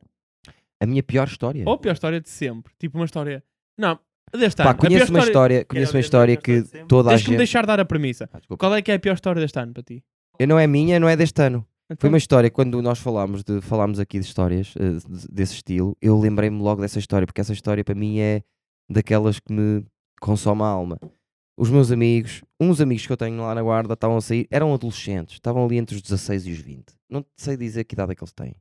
[SPEAKER 5] A minha pior história.
[SPEAKER 1] Ou a pior história de sempre? Tipo uma história. Não, deste
[SPEAKER 5] Pá,
[SPEAKER 1] ano. A pior
[SPEAKER 5] conheço uma história,
[SPEAKER 3] Quero
[SPEAKER 5] conheço uma
[SPEAKER 3] ver a
[SPEAKER 5] história
[SPEAKER 3] pior história
[SPEAKER 5] que
[SPEAKER 3] de sempre.
[SPEAKER 5] toda a
[SPEAKER 1] Tens que me
[SPEAKER 5] gente.
[SPEAKER 1] deixar dar a premissa.
[SPEAKER 5] Ah, desculpa.
[SPEAKER 1] Qual é que é a pior história deste ano para ti?
[SPEAKER 5] Eu Não é minha, não é deste ano. Foi
[SPEAKER 1] Então,
[SPEAKER 5] uma história, quando nós falámos, de, falámos aqui de histórias eh, de- desse estilo, eu lembrei-me logo dessa história, porque essa história para mim é daquelas que me consome a alma. Os meus amigos, uns amigos que eu tenho lá na guarda, estavam a sair, eram adolescentes, estavam ali entre os 16 e os 20. Não te sei dizer que idade é que eles têm.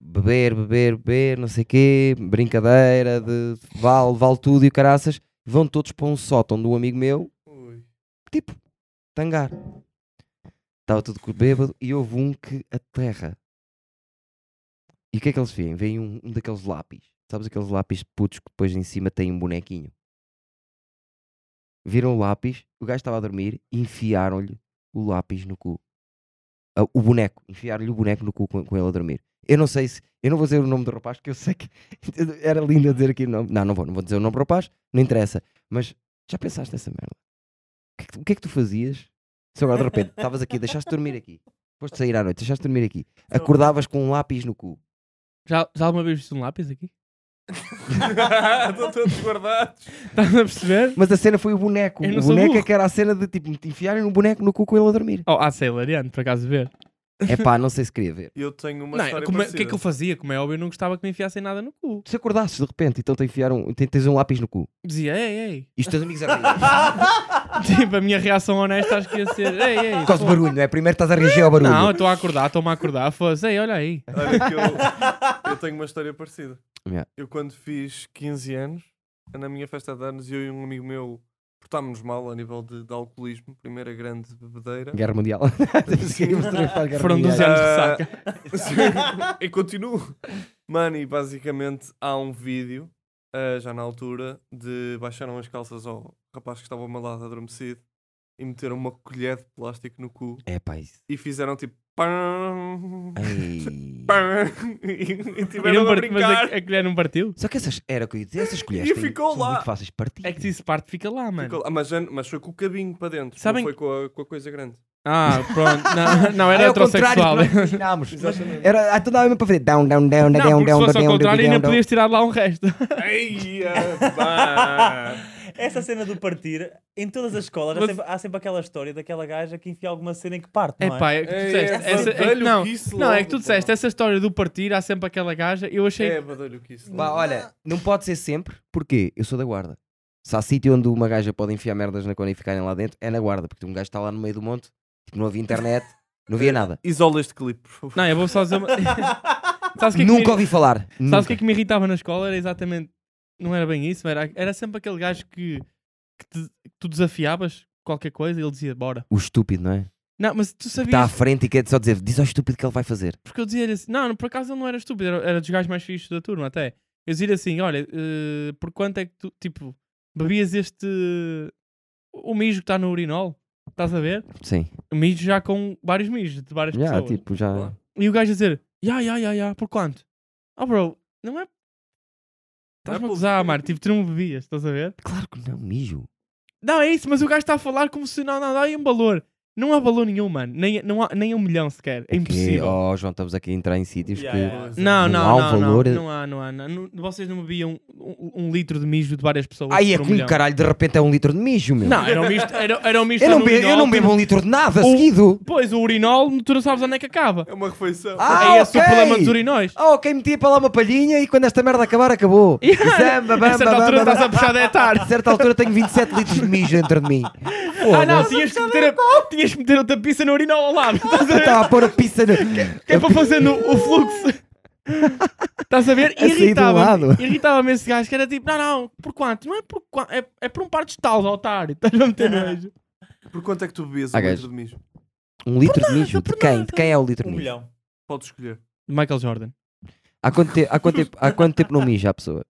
[SPEAKER 5] Beber, beber, beber, não sei quê, brincadeira de vale, vale tudo e o caraças, vão todos para um sótão de um amigo meu,
[SPEAKER 4] Ui.
[SPEAKER 5] tipo, tangar. Estava tudo co- bêbado e houve um que aterra. E o que é que eles veem? Vem um, um daqueles lápis. Sabes aqueles lápis putos que depois em cima tem um bonequinho? Viram o lápis, o gajo estava a dormir e enfiaram-lhe o lápis no cu. Ah, O boneco, enfiaram-lhe o boneco no cu com, com ele a dormir. Eu não sei se. Eu não vou dizer o nome do rapaz, porque eu sei que era lindo eu dizer aqui o nome. Não, não vou, não vou dizer o nome do rapaz, não interessa. Mas já pensaste nessa merda? O que é que tu- o que é que tu fazias se agora de repente estavas aqui, deixaste de dormir aqui, depois de sair à noite, deixaste de dormir aqui, acordavas com um lápis no cu.
[SPEAKER 1] já, já alguma vez viste um lápis aqui?
[SPEAKER 4] Estão todos guardados.
[SPEAKER 1] Estás a perceber?
[SPEAKER 5] Mas a cena foi o boneco.
[SPEAKER 1] Eu não
[SPEAKER 5] O
[SPEAKER 1] sou
[SPEAKER 5] boneco é
[SPEAKER 1] burro.
[SPEAKER 5] que era a cena de tipo, te enfiarem um boneco no cu com ele a dormir.
[SPEAKER 1] Oh, há sei hilariante, por acaso ver.
[SPEAKER 5] É pá, não sei se queria ver.
[SPEAKER 4] Eu tenho uma
[SPEAKER 1] Não,
[SPEAKER 4] história
[SPEAKER 1] como é- o
[SPEAKER 4] parecida.
[SPEAKER 1] que é que eu fazia? Como é óbvio, eu não gostava que me enfiassem nada no cu.
[SPEAKER 5] Se acordasses de repente, então te enfiaram, te- tens um lápis no cu.
[SPEAKER 1] Dizia, ei, ei.
[SPEAKER 5] E os teus amigos eram Por
[SPEAKER 1] tipo, a minha reação honesta acho que ia ser, ei, ei.
[SPEAKER 5] causa do
[SPEAKER 1] pô."
[SPEAKER 5] barulho, não é? Primeiro estás a reagir ao barulho.
[SPEAKER 1] Não, eu estou a acordar, estou-me a acordar. Foda-se, ei, olha aí.
[SPEAKER 4] Olha que eu, eu tenho uma história parecida.
[SPEAKER 5] Yeah.
[SPEAKER 4] Eu quando fiz 15 anos, na minha festa de anos, eu e um amigo meu portámos-nos mal a nível de, de alcoolismo, primeira grande bebedeira.
[SPEAKER 5] Guerra Mundial. Seguimos três para a Guerra
[SPEAKER 1] Foram 12
[SPEAKER 5] Mundial.
[SPEAKER 1] anos de
[SPEAKER 4] Ah,
[SPEAKER 1] saca.
[SPEAKER 4] Sim. e continuo. Mano, e basicamente há um vídeo, ah, já na altura, de baixaram as calças ao rapaz que estava ao meu lado adormecido e meteram uma colher de plástico no cu
[SPEAKER 5] É pá, isso.
[SPEAKER 4] e fizeram tipo. Pam,
[SPEAKER 5] Ei.
[SPEAKER 4] pam, e, e
[SPEAKER 1] E não
[SPEAKER 4] tiveram a
[SPEAKER 1] part- Mas é
[SPEAKER 4] brincar.
[SPEAKER 1] a, a colher não partiu?
[SPEAKER 5] Só que essas, era o que eu ia dizer, essas colheres
[SPEAKER 4] E
[SPEAKER 5] têm-
[SPEAKER 4] ficou
[SPEAKER 5] são
[SPEAKER 4] lá.
[SPEAKER 5] muito fáceis de partir.
[SPEAKER 1] É que se isso parte, fica lá, mano.
[SPEAKER 4] Ficou lá. Ah, mas, já- mas foi com o cabinho para dentro,
[SPEAKER 1] Sabem-
[SPEAKER 4] não foi com a, com a coisa grande.
[SPEAKER 1] Ah, pronto. Não, não era
[SPEAKER 5] Ah, é o contrário
[SPEAKER 1] heterossexual.
[SPEAKER 5] que nós imaginámos.
[SPEAKER 4] Exatamente.
[SPEAKER 5] Era, ah, tu dava mesmo para fazer down, down,
[SPEAKER 1] Não,
[SPEAKER 5] down, down,
[SPEAKER 1] porque se
[SPEAKER 5] down, down,
[SPEAKER 1] fosse ao
[SPEAKER 5] down,
[SPEAKER 1] contrário,
[SPEAKER 5] down,
[SPEAKER 1] ainda
[SPEAKER 5] down.
[SPEAKER 1] podias tirar de lá um resto.
[SPEAKER 4] Ei, ah, pá.
[SPEAKER 3] Essa cena do partir, em todas as escolas, há,
[SPEAKER 1] Mas-
[SPEAKER 3] sempre, há sempre aquela história daquela gaja que enfia alguma cena em que parte,
[SPEAKER 1] É
[SPEAKER 3] não é?
[SPEAKER 1] pá, é que tu
[SPEAKER 4] Ei,
[SPEAKER 1] disseste.
[SPEAKER 4] é
[SPEAKER 1] essa- é que
[SPEAKER 4] badalho
[SPEAKER 1] não,
[SPEAKER 4] que isso
[SPEAKER 1] não, é
[SPEAKER 4] logo,
[SPEAKER 1] que tu
[SPEAKER 4] pá.
[SPEAKER 1] disseste essa história do partir, há sempre aquela gaja. Eu achei.
[SPEAKER 4] É, badalho que isso.
[SPEAKER 5] Pá, olha, não pode ser sempre, porque eu sou da guarda. Se há sítio onde uma gaja pode enfiar merdas na cona e ficarem lá dentro, é na guarda, porque um gajo está lá no meio do monte, tipo, não havia internet, não havia nada.
[SPEAKER 4] Isola este clipe, por favor.
[SPEAKER 1] Não, eu vou só dizer. uma- Sabes o que é que
[SPEAKER 5] Nunca
[SPEAKER 1] me-
[SPEAKER 5] ouvi falar.
[SPEAKER 1] Sabes o que
[SPEAKER 5] nunca.
[SPEAKER 1] é que me irritava na escola? Era exatamente. Não era bem isso, era, era sempre aquele gajo que, que te- que tu desafiavas qualquer coisa e ele dizia bora.
[SPEAKER 5] O estúpido, não é?
[SPEAKER 1] Não, mas tu sabias.
[SPEAKER 5] Está à frente e quer só dizer, diz ao estúpido que ele vai fazer.
[SPEAKER 1] Porque eu dizia-lhe assim. Não, por acaso ele não era estúpido, era, era dos gajos mais fixos da turma até. Eu dizia assim: olha, eh, por quanto é que tu, tipo, bebias este. O mijo que está no urinol? Estás a ver?
[SPEAKER 5] Sim.
[SPEAKER 1] O mijo já com vários mijos de várias
[SPEAKER 5] Já,
[SPEAKER 1] pessoas.
[SPEAKER 5] tipo, já.
[SPEAKER 1] E o gajo a dizer: ya, ya, ya, ya, por quanto? Oh, bro, não é. Estás-me a
[SPEAKER 4] por-
[SPEAKER 1] gozar, mano. Tipo, tu não bebias, estás a ver?
[SPEAKER 5] Claro que não, mijo.
[SPEAKER 1] tá Não, é isso, mas o gajo está a falar como se não, não, dá um valor. Não há valor nenhum, mano. Nem, não há, nem um milhão sequer. É
[SPEAKER 5] Que,
[SPEAKER 1] impossível.
[SPEAKER 5] oh, João, estamos aqui a entrar em sítios
[SPEAKER 3] Yeah, yeah.
[SPEAKER 5] que.
[SPEAKER 1] Não,
[SPEAKER 5] Não
[SPEAKER 1] não,
[SPEAKER 5] há um
[SPEAKER 1] não, não,
[SPEAKER 5] valor-
[SPEAKER 1] não há, não há. não- não- vocês não bebiam um, um litro de mijo de várias pessoas
[SPEAKER 5] Ai, é
[SPEAKER 1] por um
[SPEAKER 5] como
[SPEAKER 1] milhão.
[SPEAKER 5] caralho, de repente é um litro de mijo, meu.
[SPEAKER 1] Não, era um misto, era, era um misto
[SPEAKER 5] eu, não
[SPEAKER 1] no
[SPEAKER 5] be- eu
[SPEAKER 1] urinol, tipo,
[SPEAKER 5] não bebo um litro de nada seguido.
[SPEAKER 1] Pois, o urinol, tu não sabes onde é que acaba.
[SPEAKER 4] É uma refeição.
[SPEAKER 5] Ah,
[SPEAKER 1] é esse
[SPEAKER 5] ok.
[SPEAKER 1] o problema dos urinóis.
[SPEAKER 5] Ah, ok, metia para lá uma palhinha e quando esta merda acabar, acabou. E zamba, bamba,
[SPEAKER 1] a certa altura
[SPEAKER 5] bamba,
[SPEAKER 1] estás a puxar de etar.
[SPEAKER 5] A certa altura tenho 27 litros de mijo dentro de mim.
[SPEAKER 1] Ah, não, tinhas que, meter a, tinhas que meter outra pizza no urinol ao lado. Estás a
[SPEAKER 5] Eu
[SPEAKER 1] ver?
[SPEAKER 5] estava a pôr a pizza no...
[SPEAKER 1] Que é para fazer no- o fluxo. Estás a ver?
[SPEAKER 5] A sair do
[SPEAKER 1] Irritava-me
[SPEAKER 5] lado.
[SPEAKER 1] irritava esse gajo que era tipo, não, não, por quanto? Não é por quanto, é, é por um par de estalos, otário. Estás a meter nojo.
[SPEAKER 4] Por quanto é que tu bebias
[SPEAKER 5] Ah,
[SPEAKER 4] um
[SPEAKER 5] gajo.
[SPEAKER 4] litro de mijo?
[SPEAKER 5] Um litro de mijo? De quem? De quem é o litro de
[SPEAKER 3] Um
[SPEAKER 5] mijo?
[SPEAKER 3] milhão.
[SPEAKER 4] Podes escolher.
[SPEAKER 1] Michael Jordan.
[SPEAKER 5] Há quanto, te- há, quanto tempo, há quanto tempo não mija a pessoa?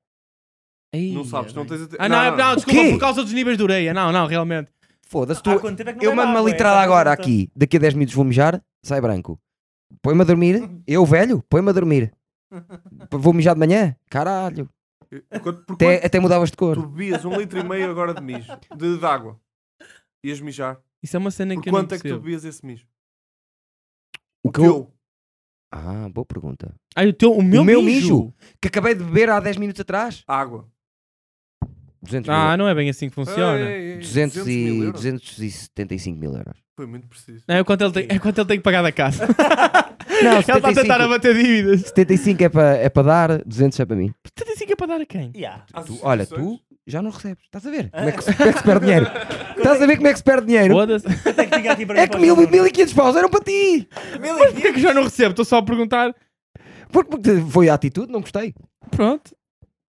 [SPEAKER 4] Não sabes, não tens a te-
[SPEAKER 1] Ah, não, não,
[SPEAKER 5] O
[SPEAKER 1] desculpa,
[SPEAKER 5] quê?
[SPEAKER 1] por causa dos níveis de ureia. Não, não, realmente.
[SPEAKER 5] Foda-se, tu...
[SPEAKER 3] Há quanto tempo é que não
[SPEAKER 5] Eu
[SPEAKER 3] bebe
[SPEAKER 5] mando uma
[SPEAKER 3] água, é?
[SPEAKER 5] litrada
[SPEAKER 3] Só
[SPEAKER 5] agora
[SPEAKER 3] pergunta.
[SPEAKER 5] aqui. Daqui a 10 minutos vou mijar, sai branco. Põe-me a dormir. Eu, velho, põe-me a dormir. P- Vou mijar de manhã? Caralho.
[SPEAKER 4] Por quanto- por
[SPEAKER 5] Até,
[SPEAKER 4] quanto
[SPEAKER 5] até mudavas de
[SPEAKER 4] tu
[SPEAKER 5] cor.
[SPEAKER 4] bebias um litro e meio agora de mijo? De, de água. Ias mijar.
[SPEAKER 1] Isso é uma cena
[SPEAKER 4] Por
[SPEAKER 1] que eu não
[SPEAKER 4] quanto é que tu
[SPEAKER 1] percebo.
[SPEAKER 4] bebias esse mijo?
[SPEAKER 5] O que eu...
[SPEAKER 4] Teu.
[SPEAKER 5] Ah, boa pergunta.
[SPEAKER 1] Ah, o, teu, o meu,
[SPEAKER 5] meu
[SPEAKER 1] mijo.
[SPEAKER 5] Que acabei de beber há 10 minutos atrás?
[SPEAKER 4] Água.
[SPEAKER 5] 200 mil.
[SPEAKER 1] Ah, não é bem assim que funciona.
[SPEAKER 4] Ei, ei, ei,
[SPEAKER 5] 200
[SPEAKER 4] mil
[SPEAKER 5] e...
[SPEAKER 4] euros.
[SPEAKER 5] 275 mil euros.
[SPEAKER 4] Foi muito preciso.
[SPEAKER 1] Não, é quanto ele tem, é quanto ele tem que pagar da casa.
[SPEAKER 5] Não,
[SPEAKER 1] ele está a tentar
[SPEAKER 5] 75,
[SPEAKER 1] abater dívidas.
[SPEAKER 5] 75 é para é para dar, 200 é para mim.
[SPEAKER 1] 75 é para dar a quem?
[SPEAKER 3] Yeah.
[SPEAKER 4] Às
[SPEAKER 5] Tu- olha, tu
[SPEAKER 4] instituições?
[SPEAKER 5] já não recebes. Estás a ver? Como é que, se- como é que se perde dinheiro? Estás a ver como é que se perde dinheiro?
[SPEAKER 1] Foda-se.
[SPEAKER 3] Quanto é que tinha aqui para
[SPEAKER 5] É que mil, 1500 paus eram para ti.
[SPEAKER 1] Mas porquê É que eu já não recebo? Estou só a perguntar.
[SPEAKER 5] Porque, porque foi a atitude, não gostei.
[SPEAKER 1] Pronto.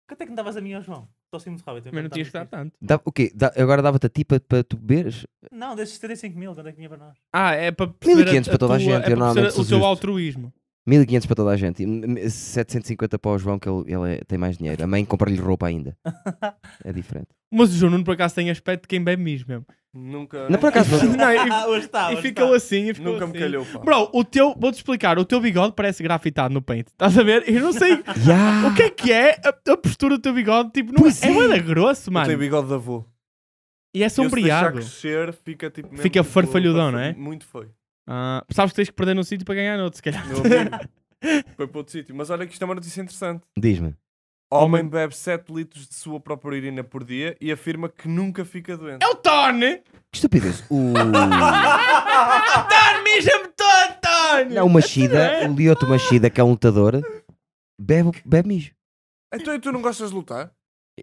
[SPEAKER 3] Quanto é que me davas a mim ao João? Estou assim muito rápido.
[SPEAKER 1] Mas não tinhas que
[SPEAKER 4] Tá
[SPEAKER 1] dar tanto.
[SPEAKER 5] Dá- o quê? Dá- agora dava-te a tipa para tu beberes?
[SPEAKER 3] Não, desses 75 mil, quanto é que tinha para nós?
[SPEAKER 1] Ah, é para perceber
[SPEAKER 5] 1500
[SPEAKER 1] a-
[SPEAKER 5] para toda a
[SPEAKER 1] tua-
[SPEAKER 5] gente, eu
[SPEAKER 1] é para
[SPEAKER 5] normalmente
[SPEAKER 1] perceber
[SPEAKER 5] sou
[SPEAKER 1] o teu
[SPEAKER 5] justo.
[SPEAKER 1] altruísmo.
[SPEAKER 5] 1500 para toda a gente. e m- m- 750 para o João, que ele, ele é- tem mais dinheiro. A mãe compra-lhe roupa ainda. É diferente.
[SPEAKER 1] Mas o João Nuno, por acaso, tem aspecto de quem bebe mijo mesmo.
[SPEAKER 4] Nunca.
[SPEAKER 5] Não, por acaso, não.
[SPEAKER 1] Não, e-
[SPEAKER 3] Ah, hoje está,
[SPEAKER 1] e
[SPEAKER 3] hoje
[SPEAKER 1] ficou
[SPEAKER 3] está.
[SPEAKER 1] assim, e ficou
[SPEAKER 4] Nunca me
[SPEAKER 1] assim.
[SPEAKER 4] calhou, pá.
[SPEAKER 1] Bro, o teu, vou-te explicar, o teu bigode parece grafitado no peito. Estás a ver? Eu não sei
[SPEAKER 5] Ya!
[SPEAKER 1] o que é que é a, a postura do teu bigode. Tipo, não
[SPEAKER 5] Pois
[SPEAKER 1] é,
[SPEAKER 5] é.
[SPEAKER 1] é bué da grosso,
[SPEAKER 4] Eu tenho
[SPEAKER 1] mano.
[SPEAKER 4] bigode de avô.
[SPEAKER 1] E é sombreado.
[SPEAKER 4] E se deixar crescer, fica tipo. mesmo
[SPEAKER 1] Fica
[SPEAKER 4] tipo,
[SPEAKER 1] farfalhudão, não é?
[SPEAKER 4] Muito feio.
[SPEAKER 1] Ah, sabes que tens que perder num sítio para ganhar noutro, se calhar.
[SPEAKER 4] Meu amigo. Foi para outro sítio. Mas olha que isto é uma notícia interessante.
[SPEAKER 5] Diz-me.
[SPEAKER 4] Homem bebe 7 litros de sua própria urina por dia e afirma que nunca fica doente.
[SPEAKER 1] É o Tony!
[SPEAKER 5] Que estupidez. O...
[SPEAKER 1] Tony, mija-me todo, Tony!
[SPEAKER 5] Não, é o Machida, o Lioto Machida, que é um lutador, bebe, bebe mijo.
[SPEAKER 4] Então e tu não gostas de lutar?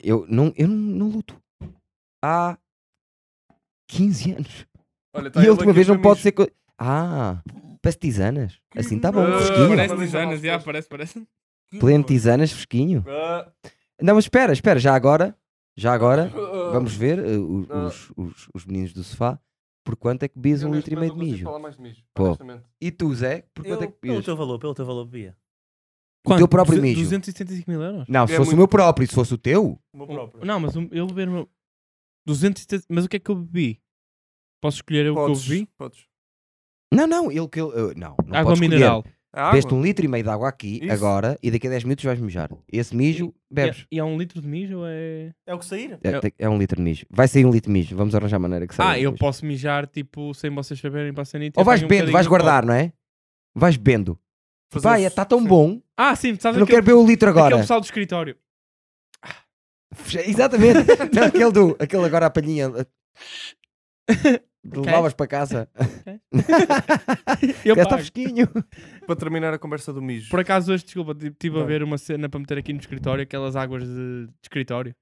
[SPEAKER 5] Eu não, eu não, não luto. Há 15 anos.
[SPEAKER 4] Olha,
[SPEAKER 5] e a
[SPEAKER 4] Tá, ele
[SPEAKER 5] última
[SPEAKER 4] aqui
[SPEAKER 5] vez
[SPEAKER 4] com
[SPEAKER 5] não pode
[SPEAKER 4] mijo.
[SPEAKER 5] ser. co- Ah, parece tisanas. Assim tá bom,
[SPEAKER 4] Ah,
[SPEAKER 5] fresquinho.
[SPEAKER 4] parece-
[SPEAKER 1] tisanas, já, parece, parece.
[SPEAKER 5] Pleno tisanas, fresquinho.
[SPEAKER 4] Ah,
[SPEAKER 5] Não, mas espera, espera, já agora. Já agora.
[SPEAKER 4] ah,
[SPEAKER 5] Vamos ver eh, o-
[SPEAKER 4] Ah.
[SPEAKER 5] os, os, os meninos do sofá. Por quanto é que bebes
[SPEAKER 4] eu
[SPEAKER 5] um
[SPEAKER 4] neste
[SPEAKER 5] litro e meio
[SPEAKER 4] momento
[SPEAKER 5] de
[SPEAKER 4] não consigo
[SPEAKER 5] mijo?
[SPEAKER 4] falar mais de mijo,
[SPEAKER 5] Pô.
[SPEAKER 4] honestamente.
[SPEAKER 5] E tu, Zé, por quanto é
[SPEAKER 3] Eu,
[SPEAKER 5] que
[SPEAKER 3] pelo
[SPEAKER 5] bebes?
[SPEAKER 3] teu valor, pelo teu valor bebia.
[SPEAKER 5] O teu próprio mijo.
[SPEAKER 1] 275 mil euros?
[SPEAKER 5] Não, se
[SPEAKER 4] É
[SPEAKER 5] fosse o
[SPEAKER 4] muito-
[SPEAKER 5] meu próprio, se fosse o teu.
[SPEAKER 4] O meu
[SPEAKER 1] Um-
[SPEAKER 4] próprio.
[SPEAKER 1] Não, mas um- eu beber o meu. 270. Mas o que é que eu bebi? Posso escolher eu o que eu
[SPEAKER 4] Podes,
[SPEAKER 1] bebi?
[SPEAKER 4] podes.
[SPEAKER 5] Não, não, ele que ele. eh, Não, não
[SPEAKER 1] Água
[SPEAKER 5] podes escolher.
[SPEAKER 1] mineral.
[SPEAKER 4] A água?
[SPEAKER 5] Beste um litro e meio de água aqui,
[SPEAKER 4] Isso.
[SPEAKER 5] agora, e daqui a 10 minutos vais mijar. Esse mijo, bebes.
[SPEAKER 1] E, e há um litro de mijo ou é.
[SPEAKER 3] É o que sair?
[SPEAKER 5] É,
[SPEAKER 1] Eu-
[SPEAKER 5] tem- é um litro de mijo. Vai sair um litro de mijo. Vamos arranjar maneira que saia.
[SPEAKER 1] ah,
[SPEAKER 5] um
[SPEAKER 1] eu
[SPEAKER 5] mijo.
[SPEAKER 1] posso mijar tipo sem vocês saberem para a sanita.
[SPEAKER 5] Ou
[SPEAKER 1] eu
[SPEAKER 5] vais
[SPEAKER 1] ponho um
[SPEAKER 5] bebendo, vais
[SPEAKER 1] bocadinho no copo.
[SPEAKER 5] guardar, não é? Vais bebendo.
[SPEAKER 4] Fazer
[SPEAKER 5] Vai,
[SPEAKER 4] um-
[SPEAKER 5] está tão
[SPEAKER 4] sim.
[SPEAKER 5] bom.
[SPEAKER 1] Ah, sim, sabes
[SPEAKER 5] Eu não quero
[SPEAKER 1] aquele,
[SPEAKER 5] beber o litro agora.
[SPEAKER 1] aquele pessoal do escritório.
[SPEAKER 5] Exatamente. Não, aquele do. Aquele agora a palhinha. eh, Levavas para casa.
[SPEAKER 1] Eu
[SPEAKER 5] Cá está
[SPEAKER 1] pago.
[SPEAKER 5] fresquinho.
[SPEAKER 4] Para terminar a conversa do mijo. Ah,
[SPEAKER 1] Por acaso hoje, desculpa, estive a
[SPEAKER 4] Vai.
[SPEAKER 1] ver uma cena para meter aqui no escritório, aquelas águas de, de escritório.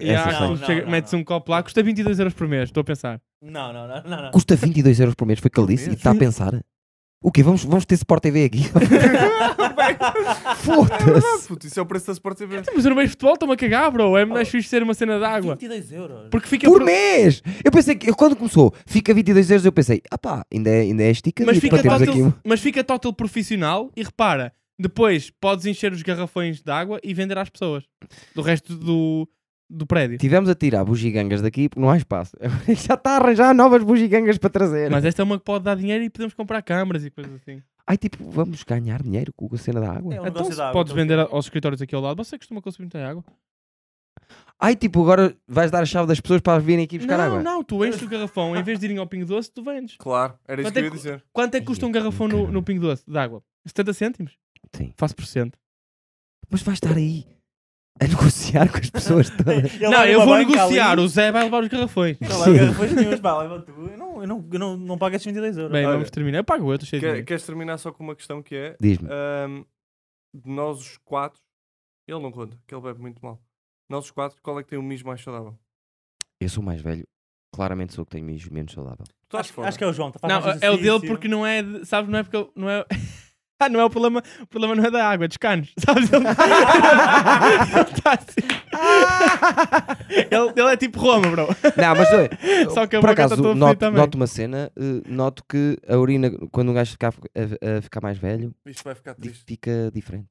[SPEAKER 1] E
[SPEAKER 5] Essas
[SPEAKER 1] há-
[SPEAKER 5] são.
[SPEAKER 3] não, não,
[SPEAKER 1] chega-
[SPEAKER 3] não,
[SPEAKER 1] metes
[SPEAKER 3] não.
[SPEAKER 1] um copo lá, custa 22 euros por mês, estou a pensar.
[SPEAKER 3] Não, não, não, não. não.
[SPEAKER 5] Custa 22 euros por mês, foi o que ele disse. E está a pensar. O quê? Vamos, vamos ter Sport TV aqui?
[SPEAKER 4] Ah,
[SPEAKER 5] Foda-se.
[SPEAKER 4] puto, isso é o preço da Sport TV.
[SPEAKER 1] Mas eu não vejo futebol, estou-me a cagar, bro. É mais fixe ser uma cena de água.
[SPEAKER 3] 22 euros.
[SPEAKER 1] Porque fica
[SPEAKER 5] Por
[SPEAKER 1] pro-
[SPEAKER 5] mês! Eu pensei que, eu- quando começou, fica 22 euros, eu pensei, ah pá, ainda é, ainda é esticadito
[SPEAKER 1] mas fica,
[SPEAKER 5] para termos
[SPEAKER 1] total,
[SPEAKER 5] aqui um-
[SPEAKER 1] mas fica total profissional e repara, depois podes encher os garrafões de água e vender às pessoas do resto do, do prédio.
[SPEAKER 5] Tivemos a tirar bugigangas daqui porque não há espaço. Já está a arranjar novas bugigangas para trazer.
[SPEAKER 1] Mas esta é uma que pode dar dinheiro e podemos comprar câmaras e coisas assim.
[SPEAKER 5] Ai, tipo, vamos ganhar dinheiro com a cena da água?
[SPEAKER 3] É um
[SPEAKER 1] Então
[SPEAKER 3] negócio
[SPEAKER 1] se
[SPEAKER 3] de água.
[SPEAKER 1] podes
[SPEAKER 3] então-
[SPEAKER 1] vender a- aos escritórios aqui ao lado, você costuma consumir muita água.
[SPEAKER 5] Ai, tipo, agora vais dar a chave das pessoas para as virem aqui buscar
[SPEAKER 1] não,
[SPEAKER 5] água.
[SPEAKER 1] não, tu enches o garrafão, em vez de irem ao Pingo Doce, tu vendes.
[SPEAKER 4] Claro, era isso
[SPEAKER 1] Mas
[SPEAKER 4] que eu
[SPEAKER 1] tem
[SPEAKER 4] ia dizer.
[SPEAKER 1] Quanto é que custa um garrafão no, no Pingo Doce de água? 70 cêntimos?
[SPEAKER 5] Sim.
[SPEAKER 1] Faço por cento.
[SPEAKER 5] Mas vais estar aí a negociar com as pessoas todas.
[SPEAKER 3] Ele
[SPEAKER 1] Não,
[SPEAKER 3] abre
[SPEAKER 1] eu
[SPEAKER 3] uma
[SPEAKER 1] vou
[SPEAKER 3] banca
[SPEAKER 1] negociar,
[SPEAKER 3] ali,
[SPEAKER 1] o Zé vai levar os garrafões.
[SPEAKER 3] ele larga depois nenhum, pá, leva tu. Eu não, eu não, eu não, não pago esses 22 euros.
[SPEAKER 1] Bem,
[SPEAKER 4] Olha.
[SPEAKER 1] vamos terminar. Eu pago eu, estou cheio de
[SPEAKER 4] Que-
[SPEAKER 1] dinheiro.
[SPEAKER 4] Queres terminar só com uma questão que é:
[SPEAKER 5] Diz-me.
[SPEAKER 4] ahm, de nós os quatro, ele não conta, que ele bebe muito mal. Nós os quatro, qual é que tem o mijo mais saudável?
[SPEAKER 5] Eu sou o mais velho. Claramente sou o que tenho mijo menos saudável.
[SPEAKER 4] Tu estás
[SPEAKER 3] acho,
[SPEAKER 4] fora.
[SPEAKER 3] acho que é o João. tá, faz
[SPEAKER 1] Não,
[SPEAKER 3] mais
[SPEAKER 1] é o dele
[SPEAKER 3] exercício.
[SPEAKER 1] porque não é, de- sabes, não é porque eu- não é. Ah, não é o problema, o problema não é da água, é dos canos, sabes? Ele está assim. ele, ele é tipo Roma, bro.
[SPEAKER 5] Não, mas olha,
[SPEAKER 1] Só que a
[SPEAKER 5] por
[SPEAKER 1] boca
[SPEAKER 5] acaso
[SPEAKER 1] está toda fria
[SPEAKER 5] noto,
[SPEAKER 1] também.
[SPEAKER 5] noto uma cena, eh, noto que a urina, quando um gajo ficar, a, a ficar mais velho,
[SPEAKER 4] Isto vai ficar
[SPEAKER 5] di-
[SPEAKER 4] triste.
[SPEAKER 5] fica diferente.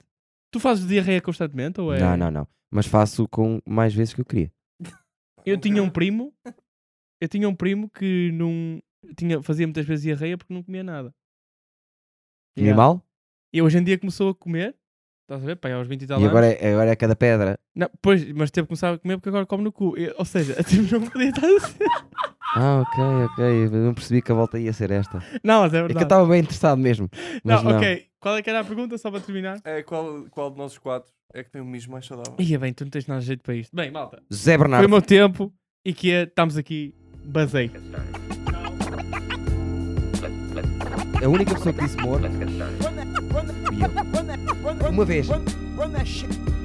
[SPEAKER 1] Tu fazes diarreia constantemente ou é?
[SPEAKER 5] Não, não, não. Mas faço com mais vezes que eu queria.
[SPEAKER 1] Eu
[SPEAKER 4] Não
[SPEAKER 1] tinha um
[SPEAKER 4] quero.
[SPEAKER 1] primo, eu tinha um primo que não tinha, fazia muitas vezes diarreia porque não comia nada.
[SPEAKER 5] Comi
[SPEAKER 1] Yeah.
[SPEAKER 5] mal?
[SPEAKER 1] E hoje em dia começou a comer, estás a ver? Pai, aos 20 e tal
[SPEAKER 5] E
[SPEAKER 1] anos.
[SPEAKER 5] agora é, agora é cada pedra.
[SPEAKER 1] Não, pois, mas teve que começar a comer porque agora come no cu. Eu- ou seja, tipo, não podia estar assim.
[SPEAKER 5] Ah, ok, ok. Eu não percebi que a volta ia ser esta.
[SPEAKER 1] Não, mas é
[SPEAKER 5] É
[SPEAKER 1] verdade.
[SPEAKER 5] que eu estava bem interessado mesmo. Mas
[SPEAKER 1] não,
[SPEAKER 5] não,
[SPEAKER 1] ok. Qual é que era a pergunta, só para terminar?
[SPEAKER 4] É, qual, qual de nós os quatro é que tem o mijo mais saudável?
[SPEAKER 1] Ia bem, tu não tens nada de jeito para isto. Bem, malta,
[SPEAKER 5] Zé
[SPEAKER 1] foi
[SPEAKER 5] Bernardo.
[SPEAKER 1] o meu tempo e que é, estamos aqui, basei.
[SPEAKER 5] É A única pessoa que disse morro.
[SPEAKER 2] Run that, run that,
[SPEAKER 5] Fui eu.
[SPEAKER 2] run that, run, run,
[SPEAKER 5] Uma vez.
[SPEAKER 2] run, run that shit.